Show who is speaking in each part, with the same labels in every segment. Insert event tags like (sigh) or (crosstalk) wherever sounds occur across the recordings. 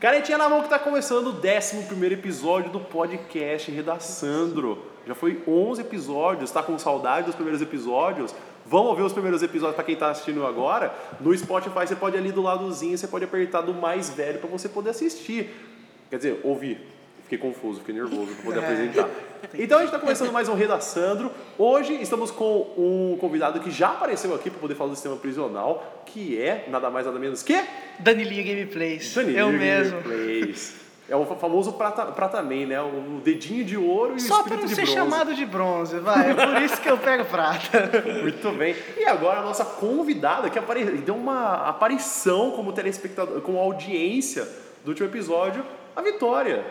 Speaker 1: Caretinha na mão que tá começando o 11 episódio do podcast Redaçandro. Já foi 11 episódios, tá com saudade dos primeiros episódios? Vão ouvir os primeiros episódios para quem tá assistindo agora. No Spotify você pode ir ali do ladozinho, você pode apertar do mais velho para você poder assistir. Quer dizer, ouvir. Fiquei confuso, fiquei nervoso para poder apresentar. Então a gente está começando mais um Redaçandro. Hoje estamos com um convidado que já apareceu aqui para poder falar do sistema prisional, que é nada mais nada menos que
Speaker 2: Danilinho Gameplays.
Speaker 1: Danilo
Speaker 2: eu mesmo.
Speaker 1: Gameplays. É o fa- famoso prata, prataman, né? O dedinho de ouro e o
Speaker 2: Só
Speaker 1: espírito
Speaker 2: pra não
Speaker 1: de
Speaker 2: ser
Speaker 1: bronze.
Speaker 2: chamado de bronze, vai. É por isso que eu pego prata.
Speaker 1: (laughs) Muito bem. E agora a nossa convidada que apare... deu uma aparição como telespectador, como audiência do último episódio, a Vitória.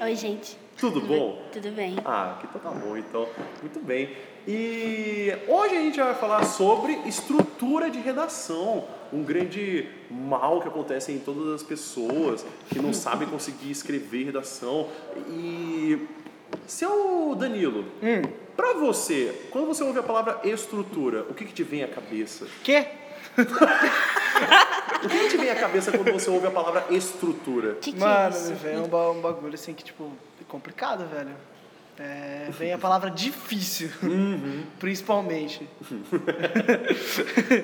Speaker 3: Oi, gente.
Speaker 1: Tudo bom?
Speaker 3: Tudo bem.
Speaker 1: Ah, que então tá bom, então. Muito bem. E hoje a gente vai falar sobre estrutura de redação, um grande mal que acontece em todas as pessoas que não sabem conseguir escrever redação. E seu Danilo, pra você, quando você ouve a palavra estrutura, o que, que te vem à cabeça?
Speaker 2: Quê?
Speaker 1: O que, que te vem à cabeça quando você ouve a palavra estrutura?
Speaker 3: O que, que é
Speaker 2: Mano,
Speaker 3: isso?
Speaker 2: velho, é um, ba- um bagulho assim que, tipo, é complicado, velho. É, vem a palavra difícil, (laughs) principalmente.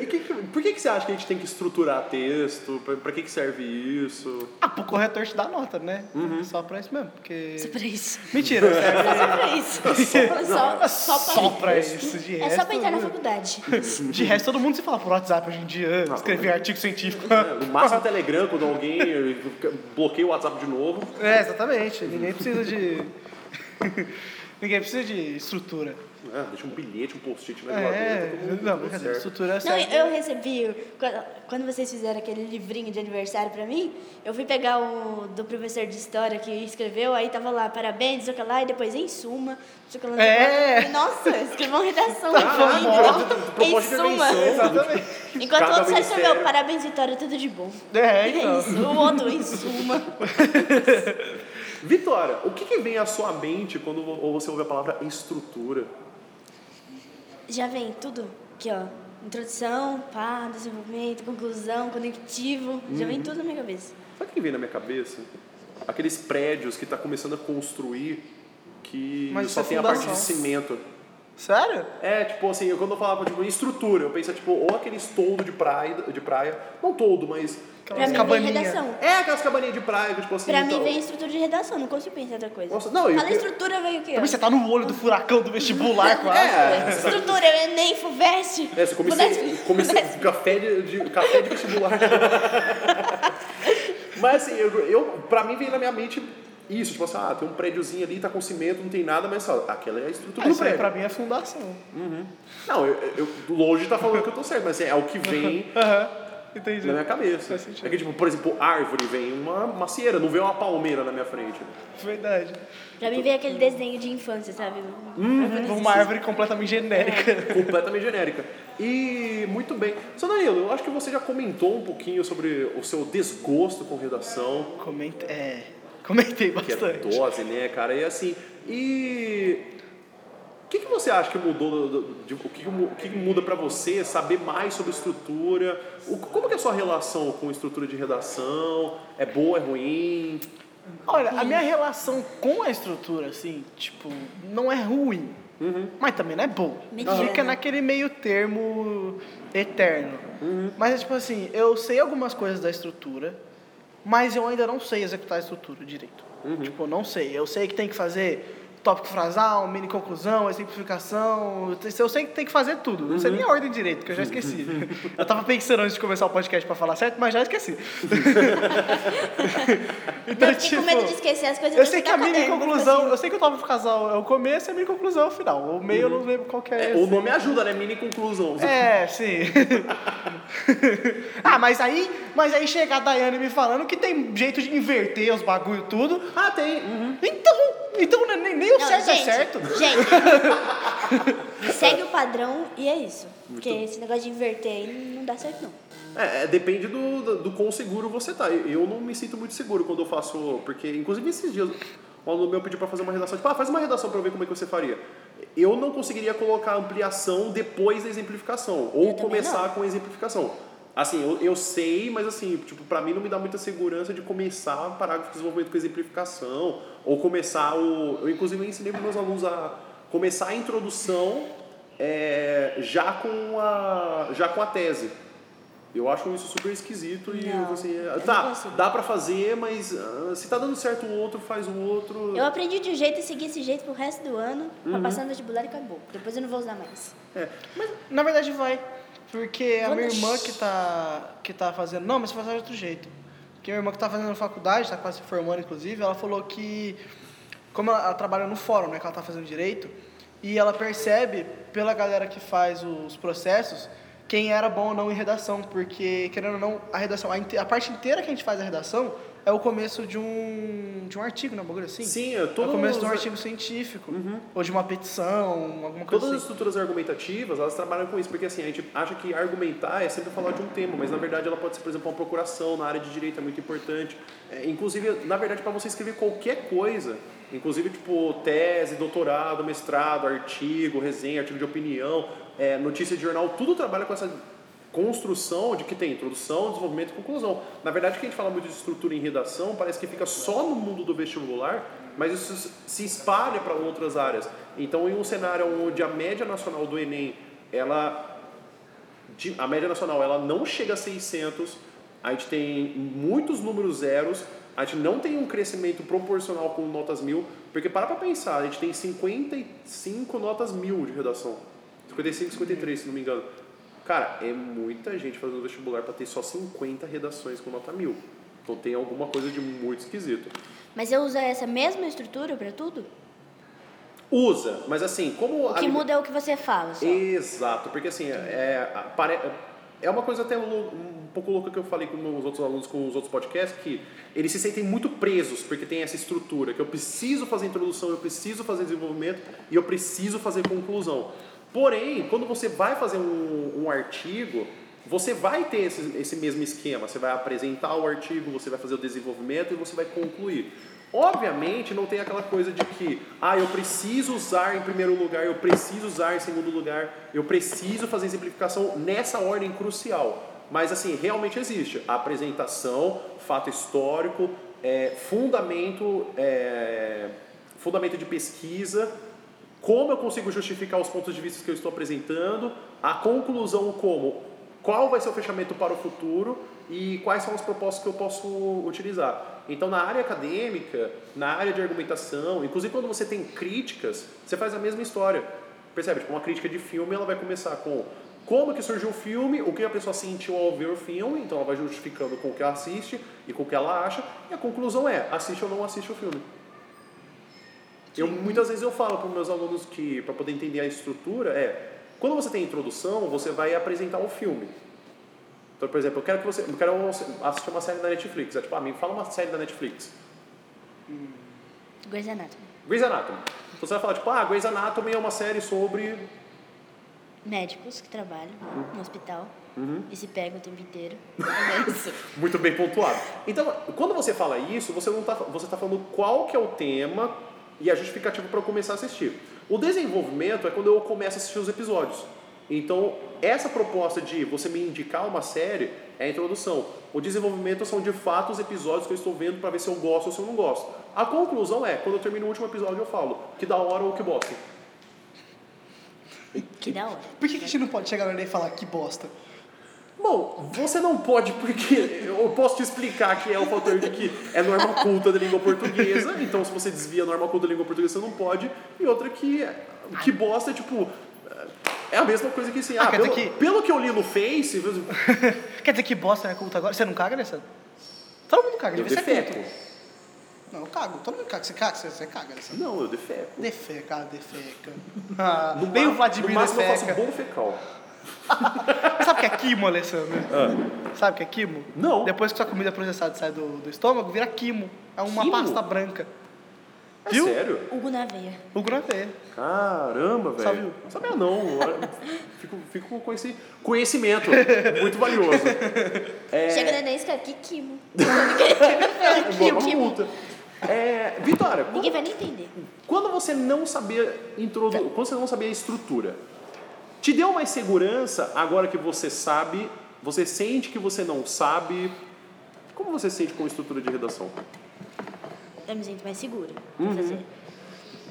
Speaker 1: E que, que- por que, que você acha que a gente tem que estruturar texto? Pra, pra que, que serve isso?
Speaker 2: Ah, pro corretor te dar nota, né? Só pra isso mesmo, porque...
Speaker 3: Só pra isso.
Speaker 2: Mentira, sério.
Speaker 3: Só pra isso. Só, só,
Speaker 2: Só pra isso, (laughs) de
Speaker 3: É só
Speaker 2: resto,
Speaker 3: pra entrar na
Speaker 2: viu?
Speaker 3: faculdade.
Speaker 2: De resto, todo mundo se fala por WhatsApp hoje em dia,
Speaker 1: Não,
Speaker 2: escrever artigo científico.
Speaker 1: É, No máximo Telegram, quando alguém (laughs) eh, bloqueia o WhatsApp de novo.
Speaker 2: É, exatamente. Ninguém precisa de. (laughs) Ninguém precisa de estrutura.
Speaker 1: Ah, deixa um bilhete, um post-it na geladeira.
Speaker 2: É,
Speaker 1: tá todo mundo-
Speaker 2: não,
Speaker 1: tudo
Speaker 2: brincadeira.
Speaker 1: certo.
Speaker 2: Estrutura é
Speaker 3: Não,
Speaker 2: certa.
Speaker 3: eu eu recebi, quando- quando vocês fizeram aquele livrinho de aniversário pra mim, eu fui pegar o do professor de história que escreveu, aí tava lá, parabéns, não sei o que lá, e depois em suma, não sei o que lá. não sei o que
Speaker 2: É.
Speaker 3: lá.
Speaker 2: Tá
Speaker 3: Eu falei, Nossa, escreveu uma redação.
Speaker 1: Caralho,
Speaker 3: em
Speaker 1: proposta de
Speaker 3: suma.
Speaker 1: invenção.
Speaker 2: Exatamente.
Speaker 3: Enquanto
Speaker 1: Cada
Speaker 3: o outro só escreveu,
Speaker 1: ministério.
Speaker 3: parabéns, Vitória, tudo de bom.
Speaker 2: É,
Speaker 3: E
Speaker 2: então.
Speaker 3: isso, o outro em suma.
Speaker 1: Vitória, o que, que vem à sua mente quando vo- ou você ouve a palavra estrutura?
Speaker 3: Já vem tudo aqui, ó. Introdução, pá, desenvolvimento, conclusão, conectivo. Já
Speaker 2: Uhum.
Speaker 3: vem tudo na minha cabeça.
Speaker 1: Sabe o que vem na minha cabeça? Aqueles prédios que está começando a construir que
Speaker 2: Mas isso
Speaker 1: só
Speaker 2: é
Speaker 1: tem a parte de
Speaker 2: fundação.
Speaker 1: cimento.
Speaker 2: Sério?
Speaker 1: É, tipo assim, eu- quando eu falava tipo, estrutura, eu pensava, tipo, ou aquele toldo de praia, de praia, não todo, mas...
Speaker 3: Pra mim
Speaker 2: cabaninha.
Speaker 3: vem redação.
Speaker 1: É aquelas cabaninhas de praia, que, tipo assim...
Speaker 3: Pra
Speaker 1: então-
Speaker 3: mim vem estrutura de redação, não consigo pensar em outra coisa.
Speaker 1: Nossa, não, eu-
Speaker 3: Fala estrutura, vem o quê? ó?
Speaker 2: Também você tá no olho do furacão do vestibular quase.
Speaker 1: É,
Speaker 3: (laughs) Estrutura, eu Enem, Fuvest.
Speaker 1: É, você comecei,
Speaker 3: Fuvest-
Speaker 1: comecei
Speaker 3: Fuvest.
Speaker 1: café de, de- café de vestibular. (laughs) mas assim, eu, eu, pra mim veio na minha mente isso, tipo assim, ah, tem um prédiozinho ali, tá com cimento, não tem nada, mas ó, aquela é a estrutura
Speaker 2: Ah,
Speaker 1: do
Speaker 2: isso aí
Speaker 1: prédio.
Speaker 2: pra mim é fundação.
Speaker 1: Não, eu, eu- longe tá falando que eu tô certo, mas assim, é o que
Speaker 2: (laughs)
Speaker 1: vem
Speaker 2: Aham. Entendi.
Speaker 1: na minha cabeça.
Speaker 2: Faz sentido.
Speaker 1: É que, tipo, por exemplo, árvore vem uma macieira, não vem uma palmeira na minha frente.
Speaker 2: Verdade.
Speaker 3: (laughs) Pra mim vem aquele desenho de infância, sabe?
Speaker 2: Uhum.
Speaker 3: Uhum.
Speaker 2: Uma árvore completamente genérica. (laughs)
Speaker 1: É completamente genérica. E muito bem. Só Danilo, eu acho que você já comentou um pouquinho sobre o seu desgosto com redação.
Speaker 2: Comenta. É. Comentei
Speaker 1: que é
Speaker 2: bastante.
Speaker 1: dose, né, cara? E assim, e o que, que você acha que mudou, do- do- de- o, que, que mu- o que que muda pra você saber mais sobre estrutura? O- como que é a sua relação com estrutura de redação? É boa, é ruim?
Speaker 2: Olha, a minha relação com a estrutura, assim, tipo, não é ruim. Mas também não é boa.
Speaker 3: Mediana.
Speaker 2: Fica naquele meio termo eterno. Mas é tipo assim, eu sei algumas coisas da estrutura, mas eu ainda não sei executar a estrutura direito. Tipo, eu não sei. Eu sei que tem que fazer tópico frasal, mini conclusão, exemplificação. Eu sei que tem que fazer tudo. Não sei nem a ordem direito, que eu já esqueci. eu tava pensando antes de começar o podcast pra falar certo, mas já esqueci. então,
Speaker 3: eu fiquei com medo de esquecer as coisas
Speaker 2: eu
Speaker 3: pra
Speaker 2: sei que é a
Speaker 3: estudar
Speaker 2: mini
Speaker 3: caderno,
Speaker 2: conclusão, eu sei que o tópico casal é o começo e a mini conclusão é o final. O meio eu não lembro qual que é.
Speaker 1: É,
Speaker 2: esse.
Speaker 1: o nome ajuda, né? Mini conclusão.
Speaker 2: É, sim. (laughs) ah, mas aí, mas aí chega a Daiane me falando que tem jeito de inverter os bagulho tudo.
Speaker 1: Ah, tem. Uhum.
Speaker 2: Então, então né, nem, nem o
Speaker 3: assim. Não,
Speaker 2: certo
Speaker 3: gente,
Speaker 2: é certo. (laughs)
Speaker 3: Gente, segue o padrão e é isso. Porque esse negócio de inverter aí não dá certo, não.
Speaker 1: É, é, depende do, do, do quão seguro você tá. Eu, eu não me sinto muito seguro quando eu faço. Porque, inclusive, esses dias, um aluno meu pediu pra fazer uma redação. Tipo, ah, faz uma redação pra eu ver como é que você faria. Eu não conseguiria colocar ampliação depois da exemplificação. Ou
Speaker 3: Eu também
Speaker 1: começar com a exemplificação. Assim, eu, eu sei, mas assim, tipo, pra mim não me dá muita segurança de começar um parágrafo de desenvolvimento com exemplificação, ou começar o. Eu inclusive ensinei para meus alunos a começar a introdução é, já, com a, já com a tese. Eu acho isso super esquisito e
Speaker 3: Não,
Speaker 1: assim, é,
Speaker 3: eu não
Speaker 1: tá,
Speaker 3: consigo.
Speaker 1: dá pra fazer, mas ah, se tá dando certo o outro, faz o outro.
Speaker 3: Eu aprendi de um jeito e segui esse jeito pro resto do ano, pra passar no vestibular e acabou. Depois eu não vou usar mais.
Speaker 2: Na verdade vai. Porque a
Speaker 3: Vou
Speaker 2: minha irmã
Speaker 3: deixar.
Speaker 2: que tá, que tá fazendo. Não, mas você vai fazer de outro jeito. Porque minha irmã que tá fazendo faculdade, tá quase se formando, inclusive, ela falou que. Como ela, ela trabalha no fórum, né? Que ela tá fazendo direito. E ela percebe, pela galera que faz os processos, quem era bom ou não em redação. Porque, querendo ou não, a redação, a, inte- a parte inteira que a gente faz da redação é o começo de um, de um artigo, não é um bagulho assim?
Speaker 1: Sim, eu
Speaker 2: É o começo de um
Speaker 1: os- Uhum.
Speaker 2: artigo científico. Ou de uma petição, alguma coisa
Speaker 1: Todas as
Speaker 2: assim.
Speaker 1: estruturas argumentativas, elas trabalham com isso, porque assim, a gente acha que argumentar é sempre falar de um tema, mas na verdade ela pode ser, por exemplo, uma procuração na área de direito, é muito importante. É, inclusive, na verdade, para você escrever qualquer coisa, inclusive tipo tese, doutorado, mestrado, artigo, resenha, artigo de opinião, é, notícia de jornal, tudo trabalha com essa construção de que tem introdução, desenvolvimento e conclusão. Na verdade, que a gente fala muito de estrutura em redação, parece que fica só no mundo do vestibular, mas isso se espalha para outras áreas. Então, em um cenário onde a média nacional do Enem, ela de- a média nacional, ela não chega a 600, a gente tem muitos números zeros, a gente não tem um crescimento proporcional com notas mil, porque para para pensar, a gente tem 55 notas mil de redação. 55, 53, se não me engano. Cara, é muita gente fazendo vestibular para ter só 50 redações com nota mil. Então tem alguma coisa de muito esquisito.
Speaker 3: Mas eu uso essa mesma estrutura pra tudo?
Speaker 1: Usa, mas assim, como...
Speaker 3: O que muda é o que você fala só.
Speaker 1: Exato, porque assim, é, é, pare- é uma coisa até lou- um pouco louca que eu falei com os outros alunos, com os outros podcasts, que eles se sentem muito presos, porque tem essa estrutura, que eu preciso fazer introdução, eu preciso fazer desenvolvimento e eu preciso fazer conclusão. Porém, quando você vai fazer um, um artigo, você vai ter esse, esse mesmo esquema, você vai apresentar o artigo, você vai fazer o desenvolvimento e você vai concluir. Obviamente não tem aquela coisa de que, ah, eu preciso usar em primeiro lugar, eu preciso usar em segundo lugar, eu preciso fazer exemplificação nessa ordem crucial. Mas assim, realmente existe apresentação, fato histórico, é, fundamento, é, fundamento de pesquisa, como eu consigo justificar os pontos de vista que eu estou apresentando, a conclusão como, qual vai ser o fechamento para o futuro e quais são os propósitos que eu posso utilizar. Então, na área acadêmica, na área de argumentação, inclusive quando você tem críticas, você faz a mesma história. Percebe? Tipo, uma crítica de filme, ela vai começar com como que surgiu o filme, o que a pessoa sentiu ao ver o filme, então ela vai justificando com o que ela assiste e com o que ela acha, e a conclusão é, assiste ou não assiste o filme. Eu, muitas vezes eu falo para meus alunos que, para poder entender a estrutura, é quando você tem a introdução, você vai apresentar o filme. Então, por exemplo, eu quero que você. Eu quero assistir uma série da Netflix. É tipo, ah, me fala uma série da Netflix.
Speaker 3: Grey's Anatomy.
Speaker 1: Grey's Anatomy. Então, você vai falar, tipo, ah, Grey's Anatomy é uma série sobre.
Speaker 3: Médicos que trabalham no hospital e se pegam o tempo inteiro. É isso.
Speaker 1: Muito bem pontuado. Então, quando você fala isso, você não tá, você tá falando qual que é o tema e a justificativa para começar a assistir. O desenvolvimento é quando eu começo a assistir os episódios. Então, essa proposta de você me indicar uma série é a introdução. O desenvolvimento são de fato os episódios que eu estou vendo para ver se eu gosto ou se eu não gosto. A conclusão é, quando eu termino o último episódio, eu falo que da hora ou que bosta.
Speaker 3: Que da hora.
Speaker 2: Por que, que a gente não pode chegar no Enem e falar que bosta?
Speaker 1: Bom, você não pode, porque (laughs) eu posso te explicar que é o fator de que é norma culta da língua portuguesa, então se você desvia a norma culta da língua portuguesa, você não pode. E outra que, que bosta, tipo, é a mesma coisa que assim, ah,
Speaker 2: Ah, quer
Speaker 1: pelo,
Speaker 2: dizer que-
Speaker 1: pelo que eu li no Face,
Speaker 2: (laughs) Quer dizer que bosta é culto agora? Você não caga, Alessandro? Todo mundo caga,
Speaker 1: eu
Speaker 2: devia ser
Speaker 1: defeco.
Speaker 2: culto. Não, eu cago. Todo mundo caga. Você caga, você, você caga, Alessandro.
Speaker 1: Não, eu defeco.
Speaker 2: Defeca, defeca. (laughs) Ah,
Speaker 1: No
Speaker 2: nem
Speaker 1: ma-
Speaker 2: o Vladimir
Speaker 1: no máximo eu faço
Speaker 2: defeca.
Speaker 1: bom fecal.
Speaker 2: Sabe o que é quimo, Alessandro? Sabe o que é quimo?
Speaker 1: Não.
Speaker 2: Depois que sua comida é processada sai do, do estômago, vira quimo. É uma
Speaker 1: Quimo?
Speaker 2: pasta branca.
Speaker 1: É
Speaker 2: Viu?
Speaker 1: sério?
Speaker 3: Hugo na veia.
Speaker 2: O é. gravei.
Speaker 1: Caramba, velho.
Speaker 2: Sabe-
Speaker 1: Não sabia não. Agora (laughs) Fico, fico com esse conhecimento muito valioso.
Speaker 2: (laughs)
Speaker 1: É...
Speaker 3: Chega no Enem e escreve, que quimo.
Speaker 1: Igual uma
Speaker 3: Que-
Speaker 1: multa. É, Vitória, quando,
Speaker 3: Ninguém vai nem entender.
Speaker 1: quando você não sabia
Speaker 3: É.
Speaker 1: introdu... quando você não sabia a estrutura, te deu mais segurança agora que você sabe Você sente que você não sabe. Como você se sente com a estrutura de redação?
Speaker 3: Eu me sinto mais segura pra fazer.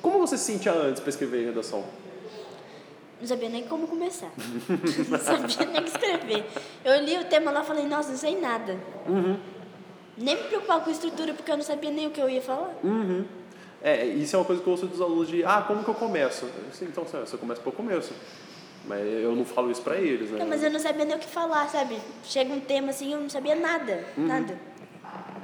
Speaker 1: Como você se sentia antes para escrever em redação?
Speaker 3: Não sabia nem como começar. (laughs) não sabia nem o que escrever. Eu li o tema lá e falei, nossa, não sei nada.
Speaker 2: Uhum.
Speaker 3: Nem me preocupava com estrutura, porque eu não sabia nem o que eu ia falar.
Speaker 1: Uhum. É, isso é uma coisa que eu ouço dos alunos de, ah, como que eu começo? Eu, assim, então, você você começa pelo começo. Mas eu não falo isso pra eles, né?
Speaker 3: Não, mas eu não sabia nem o que falar, sabe? Chega um tema assim, eu não sabia nada.
Speaker 2: Uhum.
Speaker 3: Nada.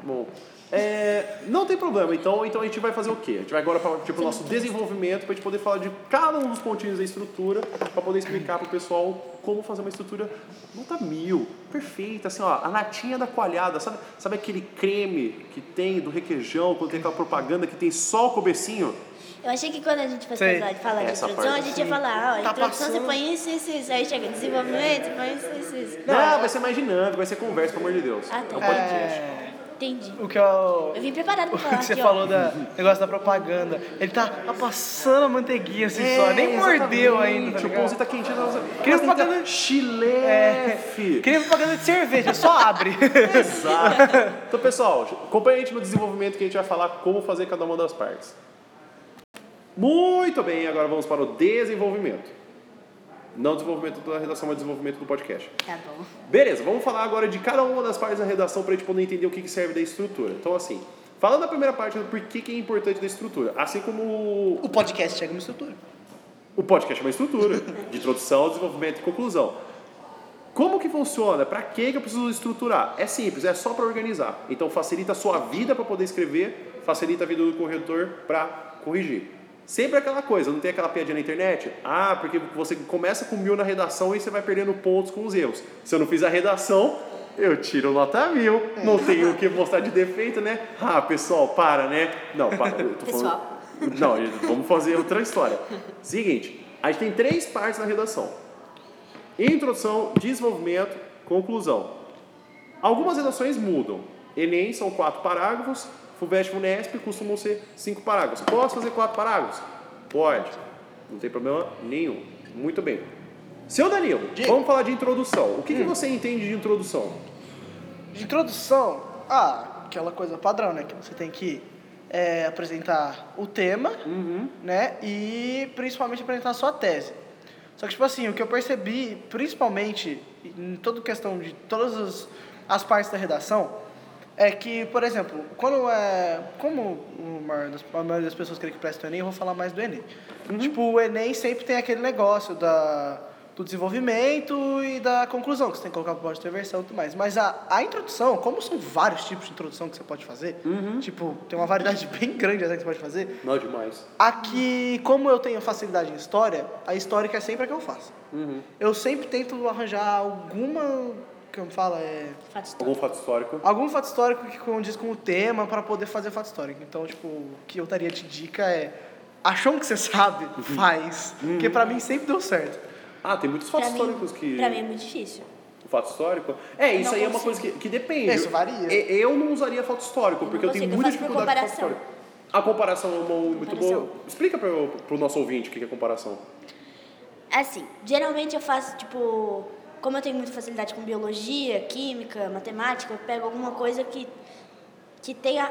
Speaker 1: Bom, é, não tem problema. Então, então a gente vai fazer o quê? A gente vai agora para tipo, o nosso desenvolvimento, para a gente poder falar de cada um dos pontinhos da estrutura, para poder explicar para o pessoal como fazer uma estrutura nota mil, perfeita, assim, ó, a latinha da coalhada. Sabe, sabe aquele creme que tem do requeijão, quando tem aquela propaganda que tem só o comecinho?
Speaker 3: Eu achei que quando a gente fosse
Speaker 2: Sei.
Speaker 3: falar de falar de
Speaker 1: Essa
Speaker 3: introdução,
Speaker 1: parte assim,
Speaker 3: a gente ia falar, ó,
Speaker 2: Tá
Speaker 3: introdução você
Speaker 2: passando.
Speaker 3: põe isso, isso, isso. Aí chega desenvolvimento, põe isso, isso, isso.
Speaker 1: Não, Ah, vai ser mais dinâmico, vai ser conversa, pelo amor de Deus. É
Speaker 3: Ah,
Speaker 1: um
Speaker 3: tá.
Speaker 1: podcast.
Speaker 2: É,
Speaker 3: Entendi.
Speaker 2: o que eu...
Speaker 3: Eu vim preparado
Speaker 2: (laughs)
Speaker 3: pra
Speaker 2: O
Speaker 3: falar
Speaker 2: que você
Speaker 3: aqui,
Speaker 2: falou
Speaker 3: ó.
Speaker 2: da negócio da propaganda. Ele tá passando a manteiguinha assim
Speaker 1: É,
Speaker 2: só, nem mordeu
Speaker 1: exatamente.
Speaker 2: ainda. Tá
Speaker 1: o pãozinho
Speaker 2: ligado? É.
Speaker 1: tá quentinho. Tá...
Speaker 2: Queria
Speaker 1: Mas tem
Speaker 2: propaganda-
Speaker 1: que- Chilefe.
Speaker 2: Queria propaganda de cerveja, só abre.
Speaker 1: Exato. Então, pessoal, acompanha a gente no desenvolvimento que a gente vai falar como fazer cada uma das partes. Muito bem, agora vamos para o desenvolvimento. Não desenvolvimento da redação, mas desenvolvimento do podcast.
Speaker 3: Tá bom.
Speaker 1: Beleza, vamos falar agora de cada uma das partes da redação para a gente poder entender o que, que serve da estrutura. Então, assim, falando da primeira parte do porquê que é importante da estrutura, assim como o-
Speaker 2: O podcast chega numa estrutura.
Speaker 1: o podcast é uma estrutura de introdução, desenvolvimento e conclusão. Como que funciona? Para que que eu preciso estruturar? É simples, é só para organizar. Então facilita a sua vida para poder escrever, facilita a vida do corretor para corrigir. Sempre aquela coisa, não tem aquela piadinha na internet? Ah, porque você começa com mil na redação e você vai perdendo pontos com os erros. Se eu não fiz a redação, eu tiro nota mil, não tenho o que mostrar de defeito, né? Ah, pessoal, para, né? Não, para. eu tô falando-
Speaker 3: Pessoal.
Speaker 1: não, gente, vamos fazer outra história. Seguinte, a gente tem três partes na redação: introdução, desenvolvimento, conclusão. Algumas redações mudam. Enem são quatro parágrafos, FUVEST e FUNESP costumam ser cinco parágrafos. Posso fazer quatro parágrafos? Pode. Não tem problema nenhum. Muito bem. Seu Danilo, vamos falar de introdução. O que, que você entende de introdução?
Speaker 2: De introdução, ah, aquela coisa padrão, né? Que você tem que é, apresentar o tema, né? E principalmente apresentar a sua tese. Só que, tipo assim, o que eu percebi, principalmente em toda questão de todas as, as partes da redação, é que, por exemplo, quando é. Como o maior das- a maioria das pessoas querem que preste o Enem, eu vou falar mais do Enem. Tipo, o Enem sempre tem aquele negócio da do desenvolvimento e da conclusão, que você tem que colocar para de versão e tudo mais. Mas a, a introdução, como são vários tipos de introdução que você pode fazer, tipo, tem uma variedade (laughs) bem grande até que você pode fazer,
Speaker 1: Não demais.
Speaker 2: aqui, como eu tenho facilidade em história, a história que é sempre a que eu faço. Eu sempre tento arranjar alguma, como fala, é,
Speaker 3: Fato histórico.
Speaker 1: Algum fato histórico?
Speaker 2: algum fato histórico que condiz com o tema para poder fazer fato histórico. Então, tipo, o que eu daria de dica é, achou que você (laughs) sabe, faz. Porque para mim sempre deu certo.
Speaker 1: Ah, tem muitos fatos
Speaker 3: Pra
Speaker 1: históricos
Speaker 3: mim,
Speaker 1: que.
Speaker 3: pra mim é muito difícil.
Speaker 1: O fato histórico? É, isso
Speaker 3: Não
Speaker 1: aí é uma
Speaker 3: consigo.
Speaker 1: coisa que, que depende.
Speaker 2: É, isso varia.
Speaker 1: E- Eu não usaria fato histórico, porque eu,
Speaker 3: consigo,
Speaker 1: tenho
Speaker 3: eu
Speaker 1: muita
Speaker 3: faço por
Speaker 1: dificuldade com fato
Speaker 3: comparação.
Speaker 1: histórico. A comparação é uma, muito
Speaker 3: Comparação.
Speaker 1: boa. Explica para o nosso ouvinte o que que é comparação.
Speaker 3: Assim, geralmente eu faço, tipo, como eu tenho muita facilidade com biologia, química, matemática, eu pego alguma coisa que, que tenha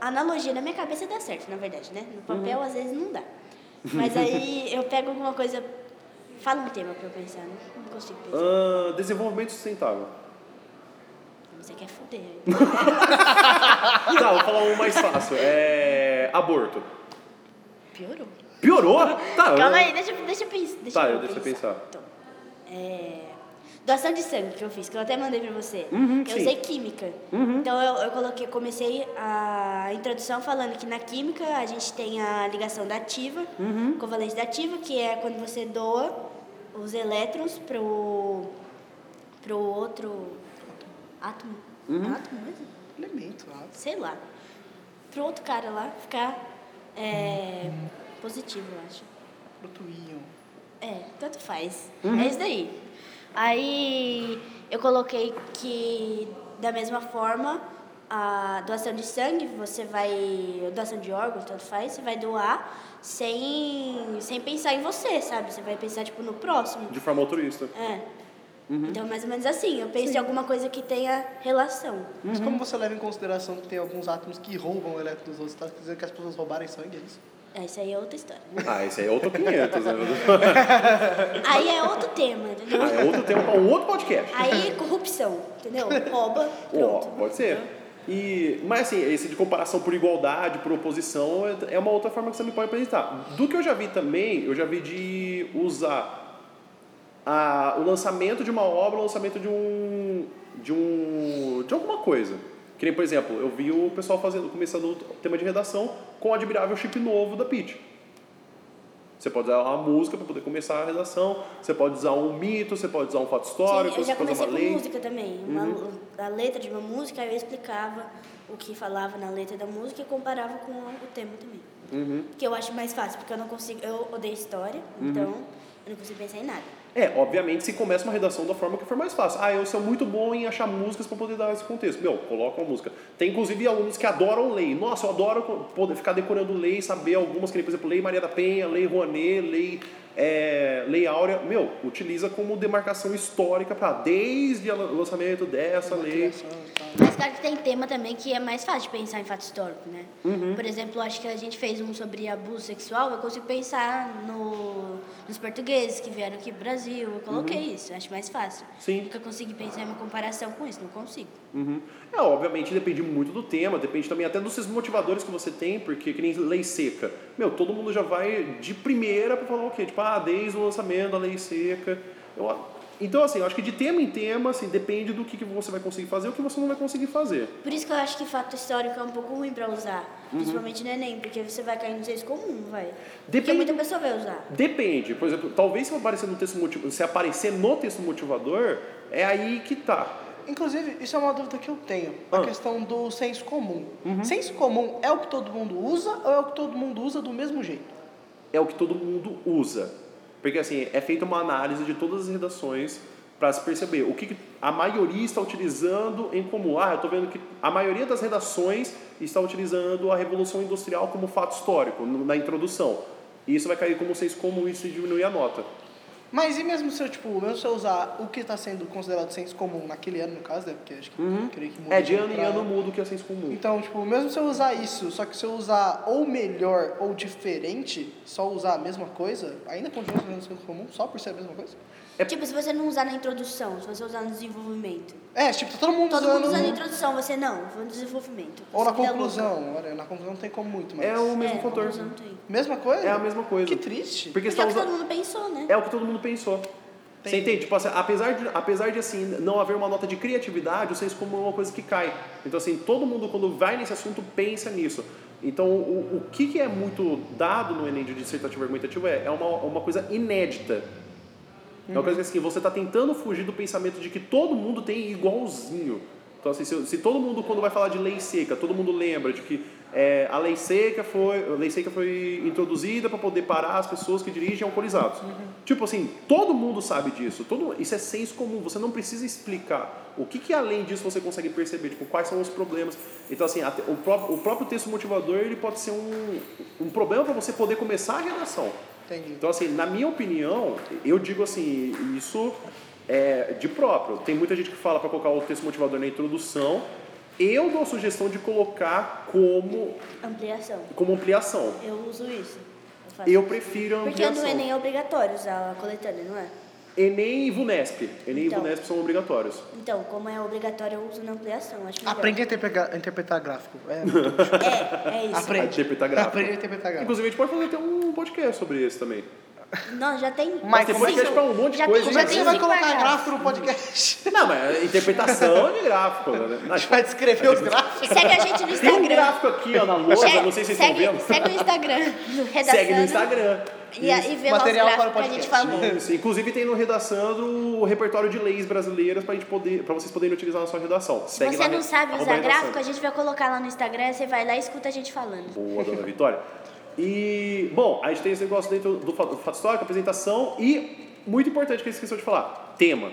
Speaker 3: analogia. Na minha cabeça dá certo, na verdade, né? No papel às vezes não dá. Mas aí eu pego alguma coisa. Fala um tema pra eu pensar, né? Não consigo pensar.
Speaker 1: Ah, desenvolvimento sustentável.
Speaker 3: Você quer foder.
Speaker 1: Tá, vou falar um mais fácil. É. Aborto.
Speaker 3: Piorou.
Speaker 1: Piorou? Tá,
Speaker 3: Calma
Speaker 1: eu-
Speaker 3: aí, deixa, deixa eu pensar. Deixa
Speaker 1: Tá,
Speaker 3: eu
Speaker 1: deixa eu pensar.
Speaker 3: Então, é, Doação de sangue que eu fiz, que eu até mandei pra você.
Speaker 1: Uhum,
Speaker 3: eu
Speaker 1: sim. Uhum.
Speaker 3: usei química. Então eu, eu coloquei, comecei a introdução falando que na química a gente tem a ligação da ativa,
Speaker 1: Uhum.
Speaker 3: covalente da ativa, que é quando você doa os elétrons pro, pro outro átomo.
Speaker 1: Uhum.
Speaker 3: Átomo mesmo?
Speaker 2: Elemento, ah,
Speaker 3: sei lá, pro outro cara lá ficar é, positivo, eu acho.
Speaker 2: Outro íon.
Speaker 3: É, tanto faz.
Speaker 1: Uhum.
Speaker 3: É isso daí. Aí eu coloquei que, da mesma forma, a doação de sangue, você vai. doação de órgão, tanto faz, você vai doar sem, sem pensar em você, sabe? Você vai pensar, tipo, no próximo.
Speaker 1: De forma altruísta.
Speaker 3: É. Então, mais ou menos assim, eu penso em alguma coisa que tenha relação.
Speaker 2: Mas como você leva em consideração que tem alguns átomos que roubam o elétron dos outros? Você tá dizendo que as pessoas roubarem sangue, é isso?
Speaker 3: É, isso aí é outra história.
Speaker 1: Ah, esse aí é outro 500, né?
Speaker 3: Aí é outro tema, entendeu?
Speaker 1: Ah, é outro tema pra um outro podcast.
Speaker 3: Aí corrupção, entendeu? Rouba,
Speaker 1: Ó,
Speaker 3: pronto.
Speaker 1: pode ser. E, mas assim, esse de comparação por igualdade, por oposição, é- é uma outra forma que você me pode apresentar. Do que eu já vi também, eu já vi de usar a- o lançamento de uma obra, o lançamento de um. de um. de alguma coisa. Que nem, por exemplo, eu vi o pessoal fazendo, começando o tema de redação com o admirável chip novo da Pitch. Você pode usar uma música para poder começar a redação, você pode usar um mito, você pode usar um fato histórico,
Speaker 3: Sim, eu já
Speaker 1: você pode usar uma
Speaker 3: comecei com
Speaker 1: lei. Uhum.
Speaker 3: música também. Uma- a letra de uma música, eu explicava o que falava na letra da música e comparava com o tema também.
Speaker 1: Uhum.
Speaker 3: Que eu acho mais fácil, porque eu não consigo. Eu odeio história, então eu não consigo pensar em nada.
Speaker 1: É, obviamente, se começa uma redação da forma que for mais fácil. Ah, eu sou muito bom em achar músicas para poder dar esse contexto. Meu, coloca uma música. Tem, inclusive, alunos que adoram lei. Nossa, eu adoro co- poder ficar decorando lei, saber algumas, que nem, por exemplo, Lei Maria da Penha, Lei Rouanet, Lei, é, lei Áurea. Meu, utiliza como demarcação histórica para desde o lançamento dessa lei.
Speaker 3: Mas claro que tem tema também que é mais fácil de pensar em fato histórico, né?
Speaker 1: Uhum.
Speaker 3: Por exemplo, acho que a gente fez um sobre abuso sexual, eu consigo pensar no, nos portugueses que vieram aqui pro Brasil, eu coloquei isso, acho mais fácil.
Speaker 1: Uhum. Sim.
Speaker 3: Nunca consegui pensar em uma comparação com isso, não consigo.
Speaker 1: Uhum. É, obviamente depende muito do tema, depende também até dos seus motivadores que você tem, porque que nem lei seca. Meu, todo mundo já vai de primeira pra falar o quê? Tipo, ah, desde o lançamento da lei seca. Eu- então, assim, eu acho que de tema em tema, assim, depende do que, que você vai conseguir fazer e o que você não vai conseguir fazer.
Speaker 3: Por isso que eu acho que fato histórico é um pouco ruim pra usar,
Speaker 2: Uhum.
Speaker 3: principalmente no Enem, porque você vai cair no senso comum, vai. Porque
Speaker 1: Depende-
Speaker 3: muita pessoa vai usar.
Speaker 1: Depende, por exemplo, talvez se aparecer no texto motiv... se aparecer no texto motivador, é aí que tá.
Speaker 2: Inclusive, isso é uma dúvida que eu tenho.
Speaker 1: Ah.
Speaker 2: A questão do senso comum. Senso comum é o que todo mundo usa ou é o que todo mundo usa do mesmo jeito?
Speaker 1: é o que todo mundo usa. Porque assim, é feita uma análise de todas as redações para se perceber o que que a maioria está utilizando em comum. Ah, eu estou vendo que a maioria das redações está utilizando a Revolução Industrial como fato histórico no- na introdução. E isso vai cair como senso comum e se diminuir a nota.
Speaker 2: Mas e mesmo se eu, tipo, mesmo se eu usar o que está sendo considerado senso comum naquele ano, no caso, né? Porque acho que creio que muda
Speaker 1: É, de ano em
Speaker 2: pra-
Speaker 1: ano muda o que é senso comum.
Speaker 2: Então, tipo, mesmo se eu usar isso, só que se eu usar ou melhor ou diferente, só usar a mesma coisa, ainda continua sendo senso comum só por ser a mesma coisa?
Speaker 3: Tipo, se você não usar na introdução, se você usar no desenvolvimento.
Speaker 2: É, tipo, tá todo mundo
Speaker 3: Todo
Speaker 2: usando.
Speaker 3: mundo usando na introdução, você não, vou no desenvolvimento.
Speaker 2: Ou na
Speaker 3: Filha louca.
Speaker 2: conclusão. Olha, na conclusão não tem como muito, mas.
Speaker 1: É o mesmo
Speaker 3: é,
Speaker 1: fator.
Speaker 3: conclusão tem.
Speaker 2: Mesma coisa?
Speaker 1: É a mesma coisa.
Speaker 2: Que triste.
Speaker 1: Porque tá
Speaker 3: Porque
Speaker 1: está
Speaker 3: é o que
Speaker 1: usando
Speaker 3: todo mundo pensou, né?
Speaker 1: É o que todo mundo pensou. Você
Speaker 2: Entendi.
Speaker 1: entende? Tipo, assim, apesar, de, apesar de assim, não haver uma nota de criatividade, o senso comum é uma coisa que cai. Então, assim, todo mundo quando vai nesse assunto pensa nisso. Então, o, o que, que é muito dado no Enem de dissertativo argumentativo é, é uma, uma coisa inédita. É uma coisa que assim, você está tentando fugir do pensamento de que todo mundo tem igualzinho. Então, assim, se, se todo mundo, quando vai falar de lei seca, todo mundo lembra de que é, a lei seca foi, a lei seca foi introduzida para poder parar as pessoas que dirigem alcoolizados. Tipo assim, todo mundo sabe disso. Todo, isso é senso comum. Você não precisa explicar o que, que além disso você consegue perceber, tipo, quais são os problemas. Então, assim, até- o, pró- o próprio texto motivador ele pode ser um, um problema para você poder começar a redação.
Speaker 2: Entendi.
Speaker 1: Então, assim, na minha opinião, eu digo assim, isso é de próprio. Tem muita gente que fala para colocar o texto motivador na introdução. Eu dou a sugestão de colocar como,
Speaker 3: Ampliação.
Speaker 1: como ampliação.
Speaker 3: Eu uso isso. Eu faço
Speaker 1: Eu
Speaker 3: isso.
Speaker 1: prefiro a
Speaker 3: Porque
Speaker 1: ampliação.
Speaker 3: no Enem é obrigatório usar a coletânea, não é?
Speaker 1: Enem e Vunesp. Enem
Speaker 3: Então.
Speaker 1: e Vunesp são obrigatórios.
Speaker 3: Então, como é obrigatório, eu uso na ampliação. Acho melhor.
Speaker 2: Aprende a interpretar, interpretar gráfico.
Speaker 1: (laughs)
Speaker 2: É,
Speaker 3: É, é isso.
Speaker 2: Aprende.
Speaker 1: A interpretar gráfico.
Speaker 2: Aprende a interpretar gráfico.
Speaker 1: Inclusive, a gente pode fazer até um podcast sobre isso também.
Speaker 3: Não, já tem.
Speaker 2: Mas tem
Speaker 3: cinco-
Speaker 1: podcast pra um monte de
Speaker 3: já
Speaker 1: coisa,
Speaker 3: Tem,
Speaker 1: hein?
Speaker 2: Como é que você vai
Speaker 3: cinco
Speaker 2: colocar
Speaker 3: parágrafos.
Speaker 2: gráfico no podcast?
Speaker 1: Não, mas é interpretação de gráfico. Né?
Speaker 3: (laughs)
Speaker 2: A gente (laughs) vai descrever os gráficos.
Speaker 3: Segue a gente no
Speaker 1: Tem um
Speaker 3: Instagram.
Speaker 1: gráfico aqui ó, na lousa,
Speaker 3: Segue-
Speaker 1: não sei se vocês estão
Speaker 3: É, segue,
Speaker 1: vendo.
Speaker 3: Segue
Speaker 1: (laughs)
Speaker 3: no Instagram. do
Speaker 1: Segue no
Speaker 3: Redaçando.
Speaker 1: Instagram.
Speaker 3: E, a- e vê
Speaker 2: Material
Speaker 3: lá os
Speaker 2: para o
Speaker 3: gráficos que a gente
Speaker 2: podcast.
Speaker 3: falou.
Speaker 1: Isso. Inclusive tem no redaçando o repertório de leis brasileiras pra gente poder, para vocês poderem utilizar na sua redação.
Speaker 3: Se
Speaker 1: Segue
Speaker 3: você
Speaker 1: lá,
Speaker 3: não
Speaker 1: re-
Speaker 3: sabe
Speaker 1: arroba
Speaker 3: usar
Speaker 1: redaçando.
Speaker 3: gráfico, a gente vai colocar lá no Instagram, você vai lá e escuta a gente falando.
Speaker 1: Boa, dona Vitória. E bom, a gente tem esse negócio dentro do fato, do fato histórico, apresentação e muito importante que eu esqueci de falar, tema.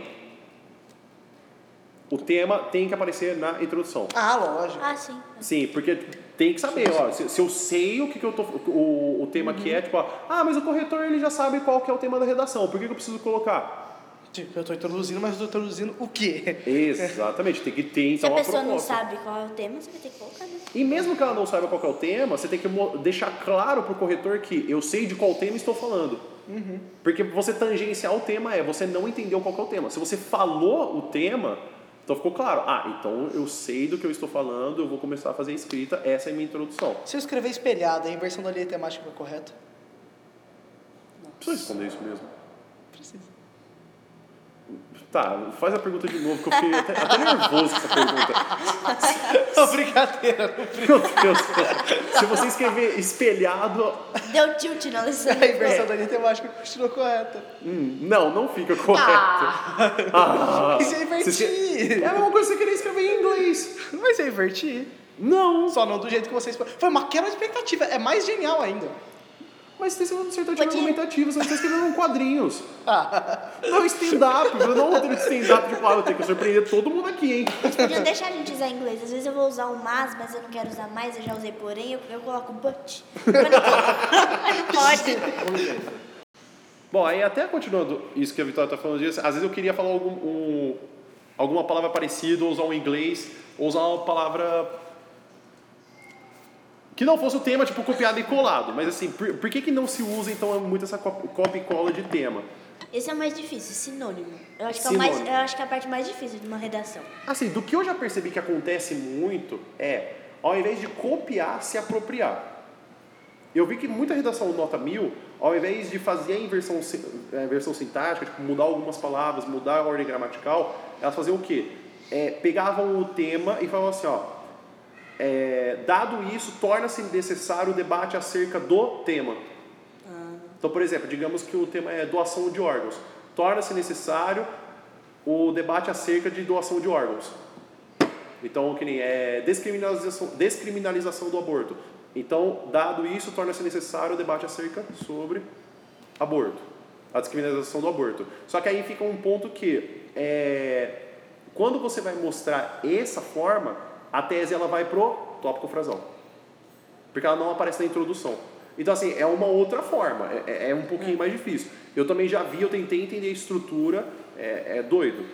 Speaker 1: O tema tem que aparecer na introdução.
Speaker 2: Ah, lógico.
Speaker 3: Ah, sim.
Speaker 1: Sim, porque tem que saber, ó, se, se eu sei o que, que eu tô, o,
Speaker 3: Uhum.
Speaker 1: o tema que é, tipo, ó, ah, mas o corretor ele já sabe qual que é o tema da redação, por que, que eu preciso colocar?
Speaker 2: Tipo, eu tô introduzindo, mas eu tô introduzindo o quê?
Speaker 1: Exatamente, tem que ter
Speaker 3: Se
Speaker 1: então
Speaker 3: a
Speaker 1: uma
Speaker 3: pessoa não
Speaker 1: proposta.
Speaker 3: sabe qual é o tema, você vai ter que colocar, né? (laughs)
Speaker 1: E mesmo que ela não saiba qual que é o tema, você tem que mo- deixar claro pro corretor que eu sei de qual tema estou falando. Porque você tangenciar o tema é você não entendeu qual que é o tema. Se você falou o tema, então ficou claro. Ah, então eu sei do que eu estou falando, eu vou começar a fazer a escrita, essa é a minha introdução.
Speaker 2: Se eu escrever espelhada, a inversão da linha temática foi correta?
Speaker 1: Precisa responder isso mesmo.
Speaker 2: Precisa.
Speaker 1: Tá, faz a pergunta de novo, que eu fiquei até, até nervoso com essa pergunta.
Speaker 2: (laughs) Não, brincadeira.
Speaker 1: Meu Deus. Se você escrever espelhado,
Speaker 3: Deu tilt na
Speaker 2: (laughs) (laughs)
Speaker 3: lição.
Speaker 2: A inversão da linha temática continuou correta.
Speaker 1: hum, não, não fica correto.
Speaker 3: Ah,
Speaker 1: Ah,
Speaker 2: Isso é
Speaker 1: você escre- É a
Speaker 2: invertir.
Speaker 1: mesma coisa que você querer escrever em inglês.
Speaker 2: (laughs) Mas é invertir.
Speaker 1: Não.
Speaker 2: Só não do jeito que vocês... Foi uma quebra de expectativa. É mais genial ainda.
Speaker 1: Mas você tá um tem dissertativa
Speaker 3: Porque-
Speaker 1: argumentativa, você não está escrevendo em quadrinhos.
Speaker 2: Ah,
Speaker 1: Não, stand-up. Eu não roteiro de stand-up de ah, eu tenho que surpreender todo mundo aqui, hein?
Speaker 3: podiam deixar a gente usar inglês. Às vezes eu vou usar o mas, mas eu não quero usar mais, eu já usei porém, eu, eu coloco but. Mas não, mas
Speaker 2: (laughs)
Speaker 3: não pode.
Speaker 1: Bom, aí até continuando isso que a Vitória tá falando disso, às vezes eu queria falar algum, um- alguma palavra parecida, ou usar um inglês, ou usar uma palavra que não fosse o tema, tipo copiado e colado. Mas assim, por, por que, que não se usa então muito essa cop- copy e cola de tema?
Speaker 3: Esse é o mais difícil, sinônimo. Eu acho, que é o mais,
Speaker 1: Sinônimo.
Speaker 3: eu acho que é a parte mais difícil de uma redação.
Speaker 1: Assim, do que eu já percebi que acontece muito é, ao invés de copiar, se apropriar. Eu vi que muita redação nota mil, ao invés de fazer a inversão, si- a inversão sintática, tipo, mudar algumas palavras, mudar a ordem gramatical, elas faziam o quê? É, pegavam o tema e falavam assim, ó, é, dado isso, torna-se necessário o debate acerca do tema. Então, por exemplo, digamos que o tema é doação de órgãos. Torna-se necessário o debate acerca de doação de órgãos. Então, que nem é descriminalização, descriminalização do aborto. Então, dado isso, torna-se necessário o debate acerca sobre aborto, a descriminalização do aborto. Só que aí fica um ponto que é, quando você vai mostrar essa forma, a tese ela vai pro tópico frasal, porque ela não aparece na introdução. Então assim é uma outra forma, é- é, é um pouquinho mais difícil. Eu também já vi, eu tentei entender a estrutura, é, é doido.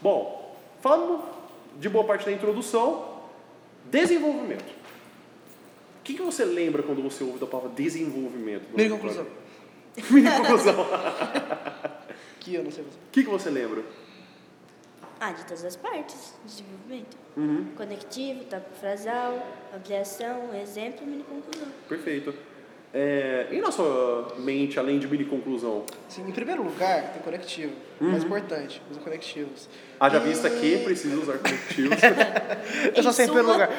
Speaker 1: Bom, falando de boa parte da introdução, desenvolvimento. O que, que você lembra quando você ouve da palavra desenvolvimento?
Speaker 2: Mini conclusão.
Speaker 1: Mini conclusão.
Speaker 2: Que eu não sei fazer.
Speaker 1: O que, que você lembra?
Speaker 3: Ah, de todas as partes de desenvolvimento. Conectivo, tópico frasal, ampliação, exemplo, mini conclusão.
Speaker 1: Perfeito. É, e na sua mente, além de mini conclusão?
Speaker 2: Assim, em primeiro lugar, tem conectivo. Mais importante, usam conectivos.
Speaker 1: Haja
Speaker 2: E-
Speaker 1: vista que precisa usar conectivos.
Speaker 2: Eu só sei em primeiro lugar.